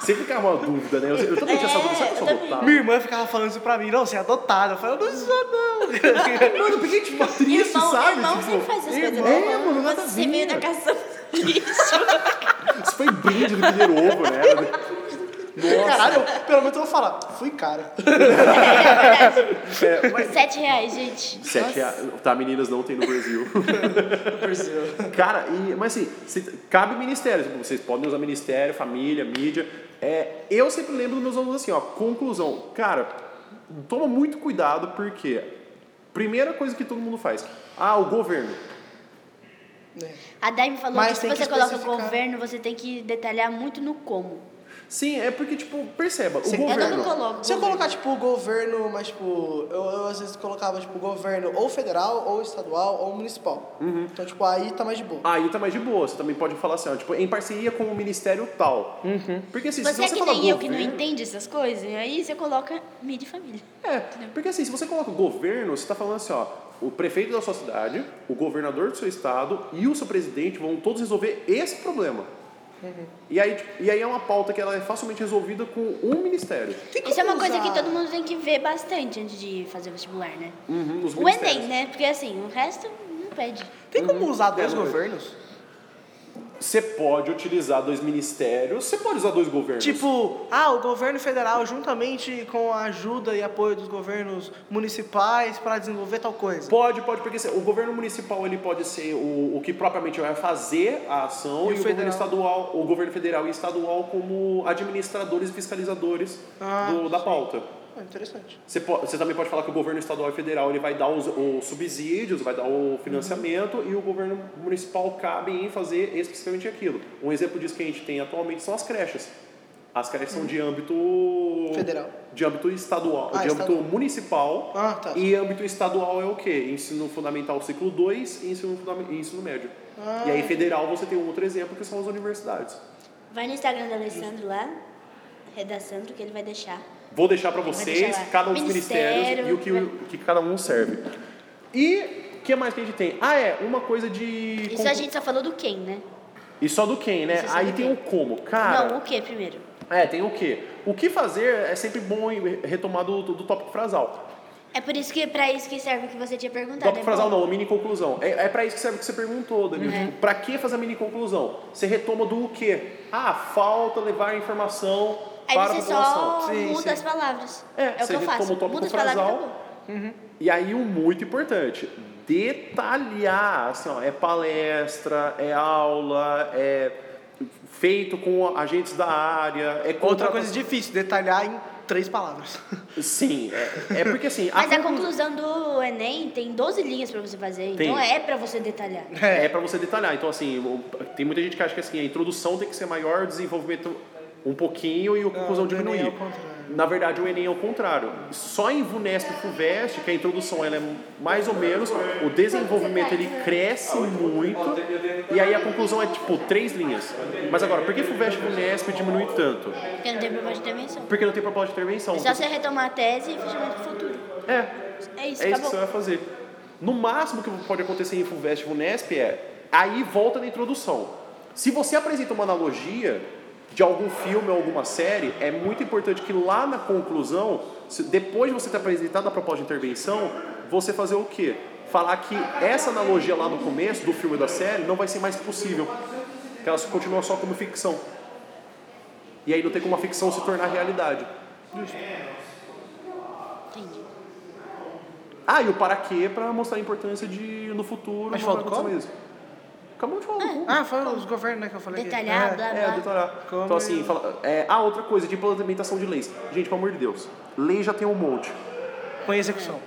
Speaker 1: Sempre que há uma dúvida, né? Eu, eu também tinha essa dúvida. Será que eu sou
Speaker 3: É, eu também.
Speaker 1: adotado?
Speaker 2: Minha irmã ficava falando isso pra mim, não, você é adotada. Eu falava, não sou, não.
Speaker 1: Mano, por que tipo, triste,
Speaker 3: irmão,
Speaker 1: sabe?
Speaker 3: irmão
Speaker 1: Tipo,
Speaker 3: sempre faz essas coisas.
Speaker 1: É,
Speaker 3: né?
Speaker 1: mano, nada a
Speaker 3: Você veio da
Speaker 1: ver.
Speaker 3: caça.
Speaker 1: Isso foi brinde do primeiro ovo,
Speaker 3: (laughs)
Speaker 1: né?
Speaker 2: Caralho, pelo menos eu vou falar, fui cara.
Speaker 1: É, mas...
Speaker 3: (laughs) Sete reais, gente.
Speaker 1: Sete reais. Tá, meninas, não tem no Brasil. Cara, e- mas assim, se- cabe ministério. tipo, Vocês podem usar ministério, família, mídia. É, eu sempre lembro dos meus alunos assim, ó. Conclusão. Cara, toma muito cuidado porque... Primeira coisa que todo mundo faz. Ah, o governo.
Speaker 2: É.
Speaker 3: A Dai me falou
Speaker 2: Mas
Speaker 3: que
Speaker 2: tem
Speaker 3: se você
Speaker 2: que
Speaker 3: coloca
Speaker 2: especificar.
Speaker 3: governo, você tem que detalhar muito no como.
Speaker 1: Sim, é porque, tipo, perceba, o
Speaker 2: Sim.
Speaker 3: Eu não
Speaker 1: governo.
Speaker 3: coloco.
Speaker 2: Se eu
Speaker 3: governo.
Speaker 2: colocar, tipo, governo, mas, tipo, eu, eu às vezes colocava, tipo, governo ou federal, ou estadual, ou municipal. Então, tipo, aí tá mais de boa.
Speaker 1: Aí tá mais de boa, você também pode falar assim, ó, tipo, em parceria com o ministério tal. Porque assim,
Speaker 3: Você,
Speaker 1: se você
Speaker 3: é que
Speaker 1: falar
Speaker 3: nem eu que não
Speaker 1: governo-
Speaker 3: entende essas coisas, e aí você coloca mídia e família.
Speaker 1: É,
Speaker 3: né?
Speaker 1: porque assim, se você coloca o governo, você está falando assim, ó, o prefeito da sua cidade, o governador do seu estado e o seu presidente vão todos resolver esse problema.
Speaker 3: Uhum.
Speaker 1: E, aí, e aí é uma pauta que ela é facilmente resolvida com um ministério.
Speaker 2: Tem como
Speaker 3: Isso é uma coisa
Speaker 2: usar-
Speaker 3: que todo mundo tem que ver bastante antes de fazer o vestibular, né?
Speaker 1: Uhum, os
Speaker 3: O Enem,
Speaker 1: ministérios.
Speaker 3: né? Porque assim, o resto não pede.
Speaker 2: Tem como usar dois
Speaker 1: É, não-
Speaker 2: governos?
Speaker 1: Você pode utilizar dois ministérios, você pode usar dois governos.
Speaker 2: Tipo, ah, o governo federal juntamente com a ajuda e apoio dos governos municipais para desenvolver tal coisa.
Speaker 1: Pode, pode, porque o governo municipal ele pode ser o, o que propriamente vai fazer a ação e,
Speaker 2: E o
Speaker 1: o governo
Speaker 2: federal?
Speaker 1: estadual, o governo federal e estadual como administradores e fiscalizadores
Speaker 2: Ah,
Speaker 1: do- da pauta.
Speaker 2: Ah, interessante.
Speaker 1: Você, po- você também pode falar que o governo estadual e federal ele vai dar os, os subsídios, vai dar
Speaker 2: Uhum.
Speaker 1: o financiamento e o governo municipal cabe em fazer especificamente aquilo. Um exemplo disso que a gente tem atualmente são as creches. As creches são de âmbito
Speaker 2: Uhum. Federal.
Speaker 1: de âmbito estadual,
Speaker 2: Ah,
Speaker 1: de âmbito
Speaker 2: estadual.
Speaker 1: municipal.
Speaker 2: Ah, tá.
Speaker 1: E âmbito estadual é o quê? Ensino fundamental ciclo 2 e ensino, fundam- e ensino médio.
Speaker 2: Ah.
Speaker 1: E aí federal você tem um outro exemplo que são as universidades.
Speaker 3: Vai no Instagram do Alessandro lá, Redassandro, que ele vai deixar.
Speaker 1: Vou deixar pra
Speaker 3: Vai
Speaker 1: vocês
Speaker 3: deixar lá.
Speaker 1: cada um dos ministérios
Speaker 3: Ministério,
Speaker 1: e o que, o que cada um serve. E o que mais que a gente tem? Ah, é, uma coisa de.
Speaker 3: Isso a gente só falou do quem, né?
Speaker 1: E só do quem, né?
Speaker 3: Isso só
Speaker 1: Aí
Speaker 3: do
Speaker 1: tem
Speaker 3: quem.
Speaker 1: o como. Cara.
Speaker 3: Não, o que primeiro?
Speaker 1: É, tem o quê? O que fazer é sempre bom em- retomar do, do tópico frasal.
Speaker 3: É por isso que pra isso que serve o que você tinha perguntado.
Speaker 1: tópico
Speaker 3: é
Speaker 1: frasal
Speaker 3: bom.
Speaker 1: não, mini conclusão. É, é pra isso que serve o que você perguntou, Danilo.
Speaker 3: Uhum.
Speaker 1: Tipo, pra que fazer a mini conclusão? Você retoma do o quê? Ah, falta levar informação
Speaker 3: Aí
Speaker 1: para a
Speaker 3: você
Speaker 1: população.
Speaker 3: só
Speaker 2: Sim,
Speaker 3: muda
Speaker 2: sim.
Speaker 3: as palavras.
Speaker 1: É,
Speaker 3: o que
Speaker 1: você
Speaker 3: eu faço.
Speaker 1: retoma o tópico
Speaker 3: Muda as palavras e
Speaker 1: frasal.
Speaker 3: acabou.
Speaker 1: E aí, um muito importante, detalhar, assim, ó, é palestra, é aula, é feito com agentes da área, é
Speaker 2: Outra
Speaker 1: contrata-
Speaker 2: coisa difícil, detalhar em três palavras.
Speaker 1: Sim, é, é porque assim...
Speaker 3: (laughs) Mas a
Speaker 1: conclu-
Speaker 3: conclusão do Enem tem 12 linhas pra você fazer,
Speaker 1: Tem.
Speaker 3: então é pra você detalhar.
Speaker 1: É, é pra você detalhar. Então, assim, o- tem muita gente que acha que assim, a introdução tem que ser maior, o desenvolvimento um pouquinho e a conclusão
Speaker 2: o do Enem é
Speaker 1: diminuir.
Speaker 2: ao contrário.
Speaker 1: Na verdade, o Enem é o contrário. Só em Vunesp e Fuvest, que a introdução ela é mais ou menos, o desenvolvimento ele cresce muito e aí a conclusão é tipo três linhas. Mas agora, por que Fuvest e Vunesp diminui tanto?
Speaker 3: Porque não tem problema de intervenção.
Speaker 1: Porque não tem proposta de intervenção.
Speaker 3: É só você retomar a tese e fechamento pro futuro.
Speaker 1: É,
Speaker 3: É isso,
Speaker 1: é isso que
Speaker 3: acabou.
Speaker 1: você vai fazer. No máximo que pode acontecer em Fulvestre e Unesp é, aí volta na introdução. Se você apresenta uma analogia de algum filme ou alguma série, é muito importante que lá na conclusão, se- depois de você ter apresentado a proposta de intervenção, você fazer o quê? Falar que essa analogia lá no começo do filme ou da série não vai ser mais possível. Que ela continua só como ficção. E aí não tem como a ficção se tornar realidade.
Speaker 3: Entendi.
Speaker 1: Ah, e o para quê pra mostrar a importância de no futuro.
Speaker 2: A gente
Speaker 1: não
Speaker 2: falou do
Speaker 1: acontecer
Speaker 2: como?
Speaker 1: isso. Acabamos de falar. do como.
Speaker 2: Ah, foi os governos, né, que eu falei. aqui.
Speaker 3: Detalhar,
Speaker 2: É.
Speaker 3: blá
Speaker 1: É,
Speaker 3: blá.
Speaker 1: doutorar.
Speaker 2: Como
Speaker 1: Então, assim,
Speaker 2: eu-
Speaker 1: fala, é, ah, outra coisa, de implementação de leis. Gente, pelo amor de Deus, lei já tem um monte.
Speaker 2: Com execução.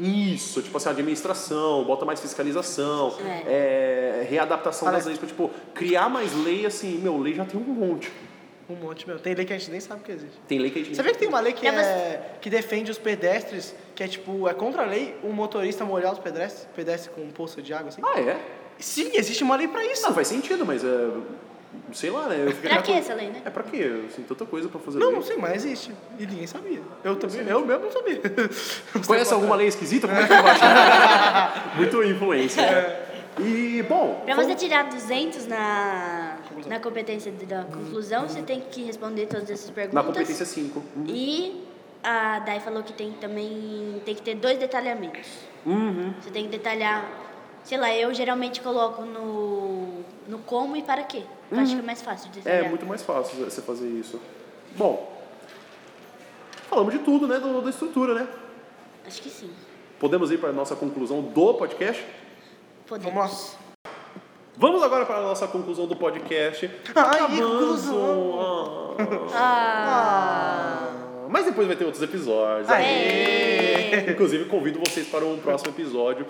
Speaker 1: Isso, tipo assim, administração, bota mais fiscalização, é, readaptação das
Speaker 2: Palestra.
Speaker 1: leis, pra, tipo, criar mais lei, assim, meu, lei já tem um monte.
Speaker 2: Um monte mesmo. Tem lei que a gente nem sabe que existe.
Speaker 1: Tem lei que a gente...
Speaker 2: Sabia que tem uma lei que,
Speaker 3: É, mas-
Speaker 2: é, que defende os pedestres, que é tipo, é contra a lei um motorista molhar os pedestres, pedestre com um poço de água, assim?
Speaker 1: Ah, é?
Speaker 2: Sim, existe uma lei pra isso.
Speaker 1: Não, faz sentido, mas é... Sei lá, né? Eu fico-
Speaker 3: Pra que essa lei, né?
Speaker 1: É, pra quê? Assim, tanta coisa pra fazer
Speaker 2: Não,
Speaker 1: lei.
Speaker 2: não sei, mas existe. E ninguém sabia. Eu também, eu mesmo não sabia.
Speaker 1: Conhece alguma lei esquisita? Como é que eu acho?
Speaker 2: (laughs)
Speaker 1: Muito influência.
Speaker 2: É.
Speaker 1: E, bom.
Speaker 3: Pra
Speaker 1: foi-
Speaker 3: você tirar 200 na, na competência de- da conclusão, você tem que responder todas essas perguntas.
Speaker 1: Na competência 5.
Speaker 3: E a Dai falou que tem também tem que ter dois detalhamentos.
Speaker 1: Uhum.
Speaker 3: Você tem que detalhar, sei lá, eu geralmente coloco no, no como e para quê. Eu acho que é mais fácil de detalhar.
Speaker 1: É muito mais fácil você fazer isso. Bom. Falamos de tudo, né? do- da estrutura, né?
Speaker 3: Acho que sim.
Speaker 1: Podemos ir para a nossa conclusão do podcast?
Speaker 3: Podemos.
Speaker 2: Vamos lá.
Speaker 1: Vamos agora para a nossa conclusão do podcast.
Speaker 2: Ai,
Speaker 1: Acabamos.
Speaker 2: conclusão.
Speaker 3: Ah,
Speaker 1: Ah, Mas depois vai ter outros episódios.
Speaker 3: é.
Speaker 1: Inclusive, convido vocês para um próximo episódio.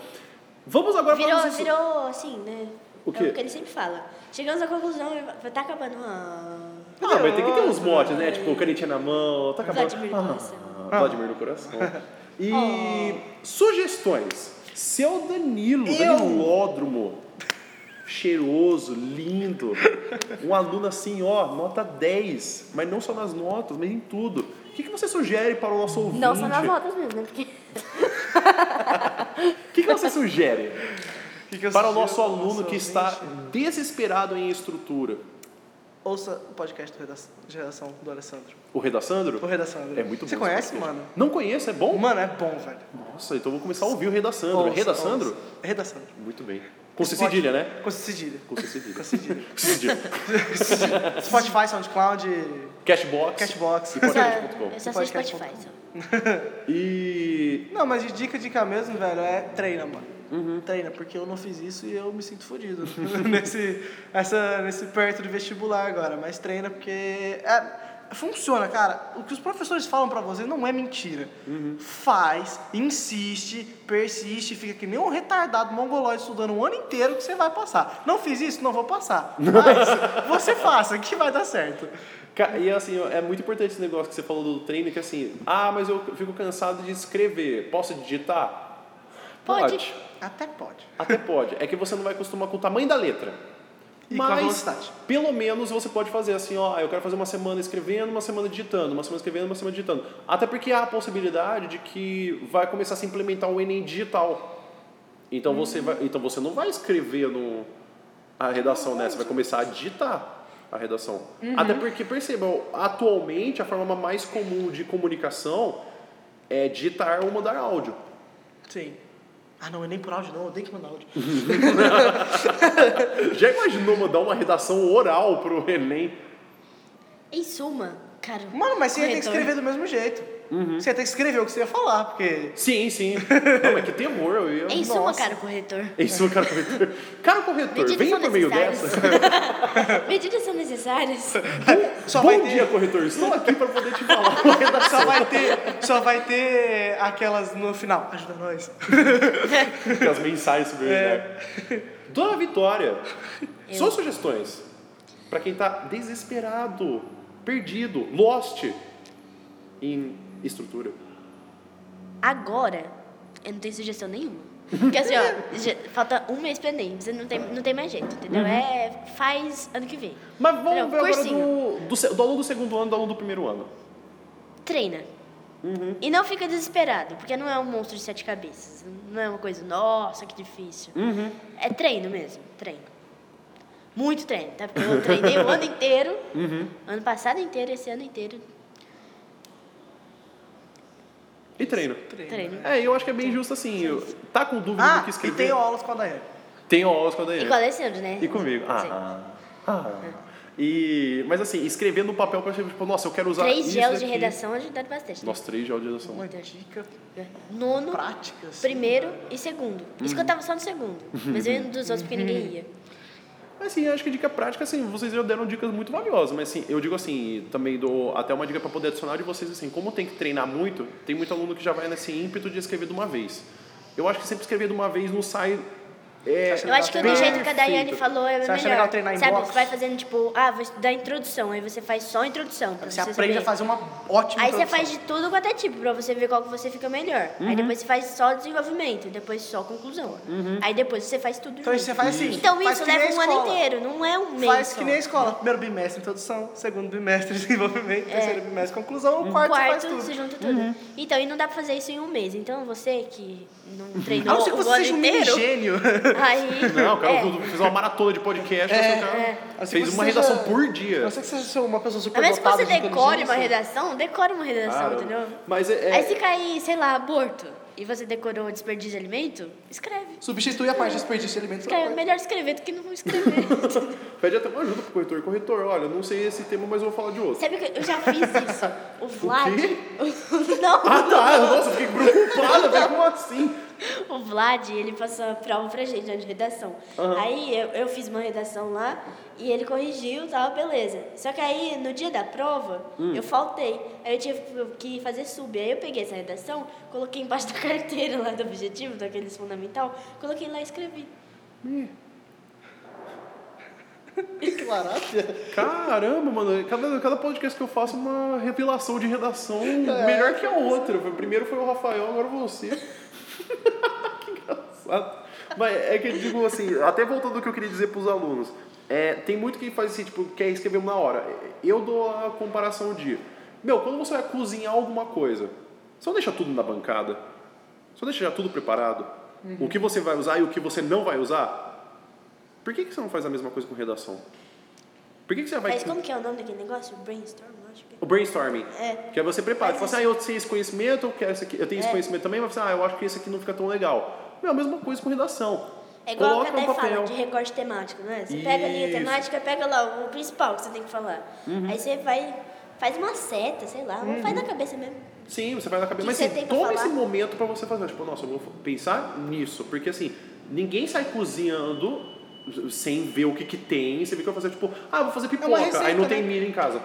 Speaker 1: Vamos agora para
Speaker 3: Virou,
Speaker 1: os-
Speaker 3: virou assim, né?
Speaker 1: O
Speaker 3: É
Speaker 1: quê?
Speaker 3: o que ele sempre fala. Chegamos à conclusão, e tá acabando. Ah,
Speaker 1: Ah, mas tem que ter uns motes, né? Tipo, canetinha na mão, tá acabando.
Speaker 3: Vladimir no coração.
Speaker 1: Ah, Vladimir no coração. (laughs) E
Speaker 4: Oh.
Speaker 1: sugestões. Seu Danilo,
Speaker 2: Eu.
Speaker 1: Danilódromo. Cheiroso, lindo. Um aluno assim, ó, nota 10. Mas não só nas notas, mas em tudo. O que, que você sugere para o nosso ouvinte?
Speaker 4: Não só nas notas mesmo, né? Porque
Speaker 1: O que, que você sugere
Speaker 2: Que que eu
Speaker 1: para o
Speaker 2: sugiro
Speaker 1: nosso
Speaker 2: pro
Speaker 1: aluno que está
Speaker 2: ouvinte?
Speaker 1: desesperado em estrutura?
Speaker 2: Ouça o podcast do Redação, de redação do Alessandro.
Speaker 1: O Redassandro?
Speaker 2: O Redação. André.
Speaker 1: É muito bom.
Speaker 2: Você
Speaker 1: esse
Speaker 2: conhece,
Speaker 1: podcast.
Speaker 2: mano?
Speaker 1: Não conheço, é bom?
Speaker 2: Mano, é bom, velho.
Speaker 1: Nossa, então eu vou começar a ouvir o Redassandro. É
Speaker 2: Ouça,
Speaker 1: Redassandro?
Speaker 2: ouça. Redassandro.
Speaker 1: Muito bem. Com C cedilha, né?
Speaker 2: Com cedilha.
Speaker 1: (laughs) Com C cedilha.
Speaker 2: Com cedilha.
Speaker 1: Cedilha.
Speaker 2: (laughs) Spotify, SoundCloud,
Speaker 1: Cashbox.
Speaker 2: Cashbox.
Speaker 1: E podcast.
Speaker 2: É.
Speaker 1: Ponto com.
Speaker 3: Eu só sei
Speaker 2: Podcast
Speaker 3: Spotify. então. Só.
Speaker 4: então.
Speaker 1: E.
Speaker 2: Não, mas de dica, dica mesmo, velho, é treina, mano. Treina, porque eu não fiz isso e eu me sinto fodido (laughs) nesse, essa, nesse perto de vestibular agora. Mas treina porque é- funciona, cara. O que os professores falam pra você não é mentira. Faz, insiste, persiste, fica que nem um retardado mongoloide estudando um ano inteiro que você vai passar. Não fiz isso? Não vou passar. Mas você faça, que vai dar certo.
Speaker 1: Ca- E assim, ó, é muito importante esse negócio que você falou do treino, que assim, ah, mas eu fico cansado de escrever. Posso digitar?
Speaker 3: Pode.
Speaker 2: Até pode.
Speaker 1: Até pode. É que você não vai acostumar com o tamanho da letra.
Speaker 2: E com a
Speaker 1: mas,
Speaker 2: velocidade.
Speaker 1: pelo menos, você pode fazer assim, ó, eu quero fazer uma semana escrevendo, uma semana digitando, uma semana escrevendo, uma semana digitando. Até porque há a possibilidade de que vai começar a se implementar um Enem digital.
Speaker 2: Hum.
Speaker 1: Então, você, vai, então você não vai escrever no, a redação, né? Você vai começar a digitar a redação.
Speaker 2: Uhum.
Speaker 1: Até porque, percebam, atualmente a forma mais comum de comunicação é digitar ou mandar áudio.
Speaker 2: Sim. Ah, não, é nem por áudio, não. Eu tenho que mandar áudio.
Speaker 1: Já imaginou mandar uma redação oral pro Enem?
Speaker 3: Em suma, cara.
Speaker 2: Mano, mas
Speaker 1: Ah,
Speaker 2: você ia ter que
Speaker 1: então,
Speaker 3: corretor.
Speaker 2: escrever do mesmo jeito.
Speaker 1: Uhum.
Speaker 2: Você ia ter que escrever o que você ia falar, porque.
Speaker 1: Sim, sim. Não, mas que temor. Eu ia...
Speaker 3: Em suma,
Speaker 2: Nossa.
Speaker 3: cara, corretor.
Speaker 1: É isso, cara corretor. Cara corretor,
Speaker 3: Medidas
Speaker 1: venha
Speaker 3: são
Speaker 1: por meio
Speaker 3: necessárias.
Speaker 1: dessa.
Speaker 3: (laughs) Medidas são necessárias.
Speaker 2: Só
Speaker 1: Bom
Speaker 2: vai ter-
Speaker 1: dia, corretor. Estou aqui para poder te falar uma
Speaker 2: (laughs)
Speaker 1: redação.
Speaker 2: Só vai ter. Só vai ter aquelas no final. Ajuda nós.
Speaker 1: Com as mensagens sobre
Speaker 2: É.
Speaker 1: ele, né? Dona Vitória,
Speaker 3: Eu.
Speaker 1: suas sugestões para quem tá desesperado, perdido, lost em estrutura.
Speaker 3: Agora, eu não tenho sugestão nenhuma.
Speaker 1: (laughs)
Speaker 3: Porque assim, ó, já- falta um mês pra Enem. Você não tem, não tem mais jeito, entendeu? É, faz ano que vem.
Speaker 1: Uhum. Mas vamos
Speaker 3: Não,
Speaker 1: ver agora
Speaker 3: cursinho.
Speaker 1: do, do, se- do aluno do segundo ano, do aluno do primeiro ano.
Speaker 3: Treina.
Speaker 1: Uhum.
Speaker 3: E não fica desesperado, porque não é um monstro de sete cabeças. Não é uma coisa, nossa, que difícil.
Speaker 1: Uhum.
Speaker 3: É treino mesmo, treino. Muito treino, tá? Porque eu treinei o ano inteiro,
Speaker 1: Uhum.
Speaker 3: ano passado inteiro, esse ano inteiro,
Speaker 1: E treino.
Speaker 3: treino.
Speaker 1: É, eu acho que é bem justo assim. eu- Tá com dúvida do
Speaker 2: Ah,
Speaker 1: que
Speaker 2: e
Speaker 1: escrever?
Speaker 2: tem aulas com a Daiane.
Speaker 1: Tem aulas com a Daiane.
Speaker 3: E com o Alessandro, né?
Speaker 1: E comigo.
Speaker 3: Sim.
Speaker 1: Ah. ah. E, mas assim, escrever no papel pra você, tipo, nossa, eu quero usar
Speaker 3: Três
Speaker 1: isso
Speaker 3: gels
Speaker 1: daqui.
Speaker 3: de redação ajudaram bastante. né?
Speaker 1: Nossa, três gel de redação.
Speaker 2: Uma dica
Speaker 3: Nono,
Speaker 2: prática. assim.
Speaker 3: primeiro e segundo. Isso
Speaker 1: Uhum.
Speaker 3: que eu tava só no segundo. Mas eu ia dos outros porque ninguém ia.
Speaker 1: Mas assim, eu acho que dica prática, assim, vocês já deram dicas muito valiosas, mas assim, eu digo assim, também dou até uma dica para poder adicionar de vocês, assim, como tem que treinar muito, tem muito aluno que já vai nesse ímpeto de escrever de uma vez. Eu acho que sempre escrever de uma vez não sai. É,
Speaker 3: Eu acho que do
Speaker 1: perfeito.
Speaker 3: jeito que a Daiane falou é
Speaker 2: Você
Speaker 3: melhor.
Speaker 2: acha legal treinar em
Speaker 3: Sabe,
Speaker 2: box?
Speaker 3: você vai fazendo tipo, ah, vou estudar introdução, aí você faz só introdução. Pra
Speaker 2: Você aprende
Speaker 3: saber.
Speaker 2: a fazer uma ótima
Speaker 3: Aí
Speaker 2: introdução.
Speaker 3: você
Speaker 2: Uhum.
Speaker 3: faz de tudo quanto é tipo, pra você ver qual que você fica melhor. Aí depois você faz só desenvolvimento, depois só conclusão. Aí depois você faz tudo
Speaker 2: Uhum. Então
Speaker 3: junto.
Speaker 2: você faz assim.
Speaker 3: Então
Speaker 2: faz
Speaker 3: isso
Speaker 2: que nem
Speaker 3: leva
Speaker 2: a
Speaker 3: um ano
Speaker 2: escola.
Speaker 3: inteiro, não é um mês
Speaker 2: Faz
Speaker 3: só.
Speaker 2: que nem a escola. Primeiro bimestre, introdução. Segundo bimestre, (laughs) desenvolvimento. Terceiro bimestre, conclusão. O quarto, você faz
Speaker 3: É. Um quarto,
Speaker 2: tudo. Uhum.
Speaker 3: você junta tudo. Então, e não dá pra fazer isso em um mês. Então, você que
Speaker 2: (laughs)
Speaker 3: não treinou
Speaker 2: A não ser que
Speaker 3: o
Speaker 2: você
Speaker 3: ano
Speaker 2: seja um mini
Speaker 3: inteiro,
Speaker 2: gênio.
Speaker 3: (laughs) aí...
Speaker 1: Não, o cara
Speaker 3: é.
Speaker 1: fez uma maratona de podcast, mas o cara
Speaker 2: É. Se
Speaker 1: fez
Speaker 2: você
Speaker 1: uma
Speaker 2: seja-
Speaker 1: redação por
Speaker 2: A
Speaker 1: dia.
Speaker 2: não ser que você seja uma pessoa super
Speaker 3: Mas se É você
Speaker 2: dotada de
Speaker 3: decore uma
Speaker 2: inteligência.
Speaker 3: redação, decore uma redação,
Speaker 1: Claro.
Speaker 3: entendeu?
Speaker 1: Mas é- é-
Speaker 3: Aí se cair, sei lá, aborto, e você decorou desperdício de alimento, escreve.
Speaker 2: Substitui a parte de desperdício de alimentos
Speaker 3: Escreve.
Speaker 2: pela
Speaker 3: É
Speaker 2: parte-
Speaker 3: melhor escrever do que
Speaker 1: (laughs)
Speaker 3: não escrever.
Speaker 1: Pede até uma ajuda pro corretor. Corretor, olha, eu não sei esse tema, mas eu vou falar de outro.
Speaker 3: Sabe que eu já fiz isso? O Vlad.
Speaker 1: quê?
Speaker 3: (laughs) não.
Speaker 1: Ah, tá! Nossa, eu fiquei preocupada, velho, como
Speaker 3: (laughs)
Speaker 1: assim?
Speaker 3: O Vlad, ele passou a prova pra gente, né, de redação. Aí eu, eu fiz uma redação lá e ele corrigiu e tal, beleza. Só que aí, no dia da prova,
Speaker 1: Hum.
Speaker 3: eu faltei. Aí eu tive que fazer sub. Aí eu peguei essa redação, coloquei embaixo da (laughs) carteira lá do objetivo, daqueles fundamental, coloquei lá e escrevi.
Speaker 2: (laughs) Clarácia?
Speaker 1: Caramba, mano, cada, cada podcast que eu faço é uma revelação de redação
Speaker 3: É.
Speaker 1: melhor que a outra. Foi- Primeiro foi o Rafael, agora você. que engraçado. Mas é que eu digo assim, até voltando ao que eu queria dizer pros alunos, é, tem muito que faz assim, tipo, quer escrever na hora. Eu dou a comparação de, meu, quando você vai cozinhar alguma coisa, você não deixa tudo na bancada? Você não deixa já tudo preparado? O que você vai usar e o que você não vai usar? Por que, que você não faz a mesma coisa com redação? Por que, que você vai
Speaker 3: Mas como que é o nome daquele negócio? Brainstorm, eu acho que é.
Speaker 1: o brainstorming.
Speaker 3: É.
Speaker 1: Que aí você prepara.
Speaker 3: Mas
Speaker 1: Tipo
Speaker 3: É.
Speaker 1: assim, ah, eu sei esse conhecimento, eu quero esse aqui. Eu tenho esse conhecimento também, mas ah, eu acho que esse aqui não fica tão legal. Meu, a mesma coisa com redação.
Speaker 3: É igual
Speaker 1: Coloca
Speaker 3: a Cadê
Speaker 1: no papel.
Speaker 3: fala de recorte temático, né? Você pega ali a
Speaker 1: Isso.
Speaker 3: temática, pega lá o principal que você tem que falar. Aí você vai, faz uma seta, sei lá, ou faz na cabeça mesmo.
Speaker 1: Sim, você vai na cabeça.
Speaker 3: Que
Speaker 1: Mas
Speaker 3: você
Speaker 1: você
Speaker 3: tem pra
Speaker 1: toma
Speaker 3: falar?
Speaker 1: esse momento pra você fazer. Tipo, nossa, eu vou pensar nisso. Porque assim, ninguém sai cozinhando sem ver o que, que tem. Você fica fazendo, tipo, ah, vou fazer pipoca.
Speaker 2: receita,
Speaker 1: aí não
Speaker 2: né?
Speaker 1: tem milho em casa.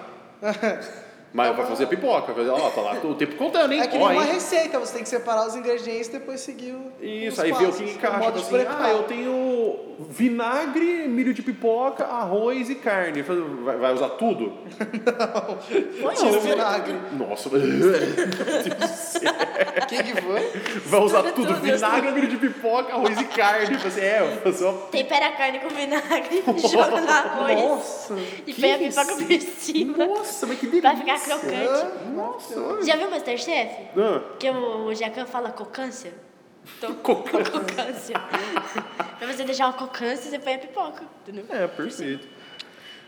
Speaker 1: Mas vai fazer pipoca. Vai fazer, Ó, tá lá o tempo contando, hein?
Speaker 2: É que
Speaker 1: Ó,
Speaker 2: nem uma
Speaker 1: hein?
Speaker 2: receita, você tem que separar os ingredientes e depois seguir o. tá os
Speaker 1: Isso, aí vê o que
Speaker 2: passos,
Speaker 1: encaixa.
Speaker 2: modo de
Speaker 1: Tipo assim,
Speaker 2: preparar.
Speaker 1: ah, eu tenho vinagre, milho de pipoca, arroz e carne. Eu falei, Vai, vai usar tudo?
Speaker 3: Foi um
Speaker 2: Tira o
Speaker 3: isso.
Speaker 2: vinagre.
Speaker 1: Nossa, (laughs) meu Deus do céu.
Speaker 2: Quem que foi?
Speaker 1: vai usar
Speaker 3: Tudo,
Speaker 1: tudo,
Speaker 3: tudo.
Speaker 1: vinagre, milho de pipoca, arroz e carne. Eu falei assim, é, eu vou fazer uma...
Speaker 3: Tempera a carne com (laughs) vinagre, joga no arroz.
Speaker 1: Nossa,
Speaker 3: E
Speaker 1: que
Speaker 3: pega a pipoca
Speaker 1: isso?
Speaker 3: por cima.
Speaker 1: Nossa, mas que delícia.
Speaker 3: Pra ficar crocante.
Speaker 2: Hã?
Speaker 1: Nossa, olha.
Speaker 3: Já viu o Masterchef?
Speaker 1: Ah, (laughs)
Speaker 3: Que o, o Jacan fala cocância? Tô
Speaker 1: Cocância.
Speaker 3: com (laughs) cocância. pra você deixar uma cocância, você põe a pipoca, entendeu?
Speaker 1: é, perfeito.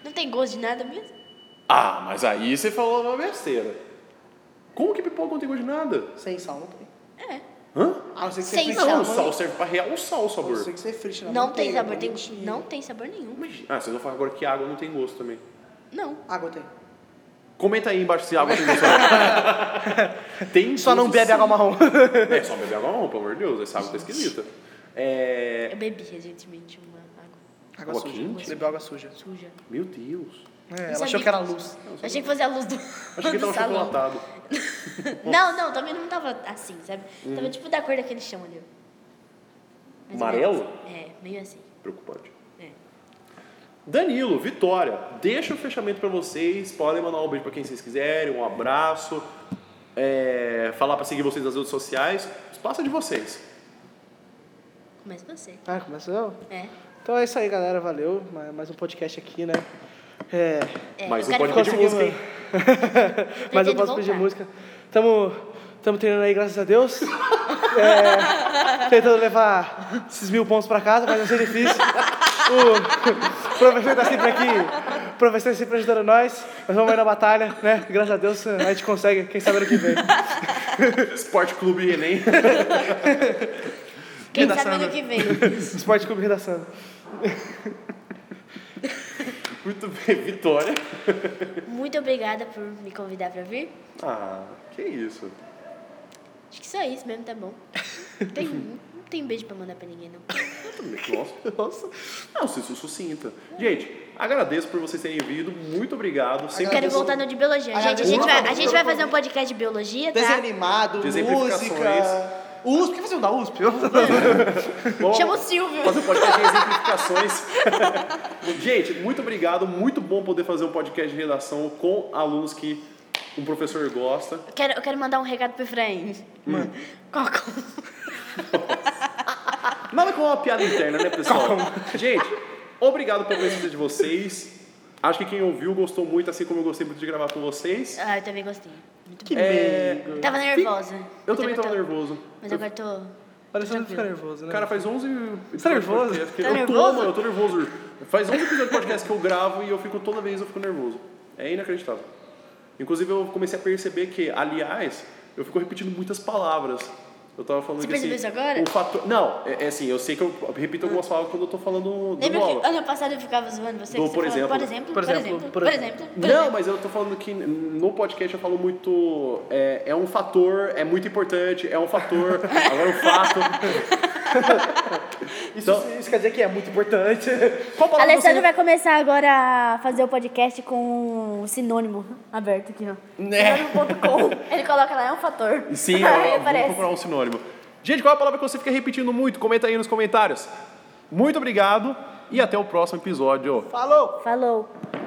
Speaker 3: Não tem gosto de nada mesmo.
Speaker 1: Ah, mas aí você falou uma besteira. Como que pipoca não tem gosto de nada?
Speaker 2: Sem sal não tem.
Speaker 3: É.
Speaker 1: Hã?
Speaker 2: A não ser que você
Speaker 3: Sem
Speaker 2: frite
Speaker 3: sal.
Speaker 1: Não,
Speaker 2: na
Speaker 1: o
Speaker 2: mão.
Speaker 1: sal serve pra realçar o
Speaker 2: A não
Speaker 1: sabor.
Speaker 2: ser que você frite na
Speaker 3: Não tem
Speaker 2: manteiga,
Speaker 3: sabor,
Speaker 2: na
Speaker 3: tem,
Speaker 2: manteiga.
Speaker 3: não tem sabor nenhum.
Speaker 1: Ah, vocês vão falar agora que água não tem gosto também.
Speaker 3: Não.
Speaker 2: Água tem.
Speaker 1: Comenta aí embaixo se água tem gosto.
Speaker 2: (laughs)
Speaker 1: tem
Speaker 2: Só não
Speaker 1: gosto,
Speaker 2: bebe
Speaker 1: sim.
Speaker 2: água marrom.
Speaker 1: (laughs) É, só beber água marrom, pelo amor de Deus. Essa água tá esquisita. É...
Speaker 3: Eu bebi recentemente uma água
Speaker 2: Água
Speaker 1: Água
Speaker 2: suja.
Speaker 1: quente?
Speaker 2: Bebeu água suja.
Speaker 3: suja.
Speaker 1: Meu Deus.
Speaker 2: É,
Speaker 3: Não
Speaker 2: ela
Speaker 3: sabia
Speaker 2: achou que era luz.
Speaker 3: Eu achei que fosse a luz do.
Speaker 1: Achei que
Speaker 3: (laughs)
Speaker 1: tava
Speaker 3: do salão.
Speaker 1: chocolatado.
Speaker 3: Não, não, também não tava assim, sabe? Tava tipo da cor daquele chão ali. ó. Mais ou
Speaker 1: Amarelo?
Speaker 3: menos. É, meio assim.
Speaker 1: Preocupante.
Speaker 3: É.
Speaker 1: Danilo, Vitória, deixa o fechamento pra vocês. Podem mandar um beijo pra quem vocês quiserem, um abraço. É, Falar pra seguir vocês nas redes sociais. Espaço é de vocês. (laughs)
Speaker 3: Começa você.
Speaker 2: Ah, começou?
Speaker 3: É.
Speaker 2: Então é isso aí, galera. Valeu. Ma- Mais um podcast aqui, né? É.
Speaker 3: é
Speaker 1: Mas
Speaker 3: eu
Speaker 1: não
Speaker 3: quero
Speaker 1: pode pedir
Speaker 3: falar-
Speaker 2: conseguimos.
Speaker 1: música, hein?
Speaker 2: (laughs) Mas eu
Speaker 3: Pretendo
Speaker 2: posso pedir
Speaker 3: voltar.
Speaker 2: música. Tamo, tamo treinando aí, graças a Deus. (laughs) É, tentando levar esses mil pontos pra casa, mas vai ser (laughs) difícil. O professor tá sempre aqui. O professor tá sempre ajudando nós. Nós vamos aí na batalha, né? Graças a Deus a gente consegue, quem sabe ano (laughs) que vem.
Speaker 1: Esporte Clube Enem. (laughs)
Speaker 3: Quem
Speaker 2: Redação,
Speaker 3: sabe ano
Speaker 2: né?
Speaker 3: que vem.
Speaker 2: Esporte Clube Redação.
Speaker 1: Muito bem, Vitória.
Speaker 3: Muito obrigada por me convidar pra vir.
Speaker 1: Ah, que isso.
Speaker 3: Acho que só isso mesmo, tá bom. Tem, não tem beijo pra mandar pra ninguém, não.
Speaker 1: Nossa, nossa. Não, se isso sucinta. Gente, agradeço por vocês terem vindo. Muito obrigado.
Speaker 3: Eu
Speaker 1: Sempre (laughs)
Speaker 3: quero voltar no de biologia. Gente, a
Speaker 2: Agradeço.
Speaker 3: gente, vai,
Speaker 2: Por
Speaker 3: a gente
Speaker 2: favor.
Speaker 3: vai fazer um podcast de biologia, tá?
Speaker 2: Desanimado,
Speaker 1: De exemplificações.
Speaker 2: música. USP, por que fazer um da USP?
Speaker 1: Vamos
Speaker 3: Chama o Silvio.
Speaker 1: Fazer um podcast de exemplificações. (laughs) Gente, muito obrigado. Muito bom poder fazer um podcast de redação com alunos que um professor gosta.
Speaker 3: Eu quero, eu quero mandar um recado pro Efraim.
Speaker 1: Hum.
Speaker 3: Mano.
Speaker 1: Nada como uma piada interna, né, pessoal? Gente, obrigado pela presença de vocês. Acho que quem ouviu gostou muito, assim como eu gostei muito de gravar com vocês.
Speaker 3: Ah, eu também gostei. Muito
Speaker 2: Que
Speaker 3: bom.
Speaker 1: É,
Speaker 2: medo.
Speaker 3: Tava nervosa.
Speaker 1: Eu
Speaker 3: Mas
Speaker 1: também
Speaker 3: agora
Speaker 1: tava nervoso.
Speaker 3: Mas agora tô...
Speaker 2: Parece que fica nervoso,
Speaker 1: O
Speaker 2: né?
Speaker 1: Cara, faz 11. episódios
Speaker 2: Tá nervoso?
Speaker 1: de podcast que
Speaker 3: Tá
Speaker 1: eu tô,
Speaker 3: nervoso?
Speaker 1: mano, eu tô nervoso. Faz 11 episódios de podcast que eu gravo e eu fico toda vez eu fico nervoso. É inacreditável. Inclusive, eu comecei a perceber que, aliás, eu fico repetindo muitas palavras. Eu tava falando
Speaker 3: Você
Speaker 1: que
Speaker 3: percebeu
Speaker 1: assim,
Speaker 3: isso agora?
Speaker 1: O fator... Não, é, é assim, eu sei que eu repito algumas palavras quando eu tô falando do
Speaker 3: Lembra
Speaker 1: aula.
Speaker 3: que ano passado eu ficava zoando você?
Speaker 1: Do
Speaker 3: que você
Speaker 1: por exemplo.
Speaker 3: Falava, por exemplo, por
Speaker 2: exemplo,
Speaker 3: exemplo,
Speaker 2: por
Speaker 3: por exemplo. por
Speaker 1: Não, mas eu tô falando que no podcast eu falo muito. É, é um fator, é muito importante, é um
Speaker 3: (laughs)
Speaker 1: fator, agora é um fato.
Speaker 2: Isso, isso quer dizer que é muito importante. (laughs)
Speaker 1: Qual palavra
Speaker 3: Alessandro
Speaker 1: você-
Speaker 3: vai começar agora a fazer o podcast com um sinônimo aberto aqui, ó.
Speaker 1: Né?
Speaker 3: Sinônimo.com. (laughs) Ele coloca lá, é um fator.
Speaker 1: Sim, eu
Speaker 3: (laughs) Aí
Speaker 1: vou
Speaker 3: aparece.
Speaker 1: procurar um sinônimo. Gente, qual é a palavra que você fica repetindo muito? Comenta aí nos comentários. Muito obrigado e até o próximo episódio.
Speaker 2: Falou!
Speaker 3: Falou!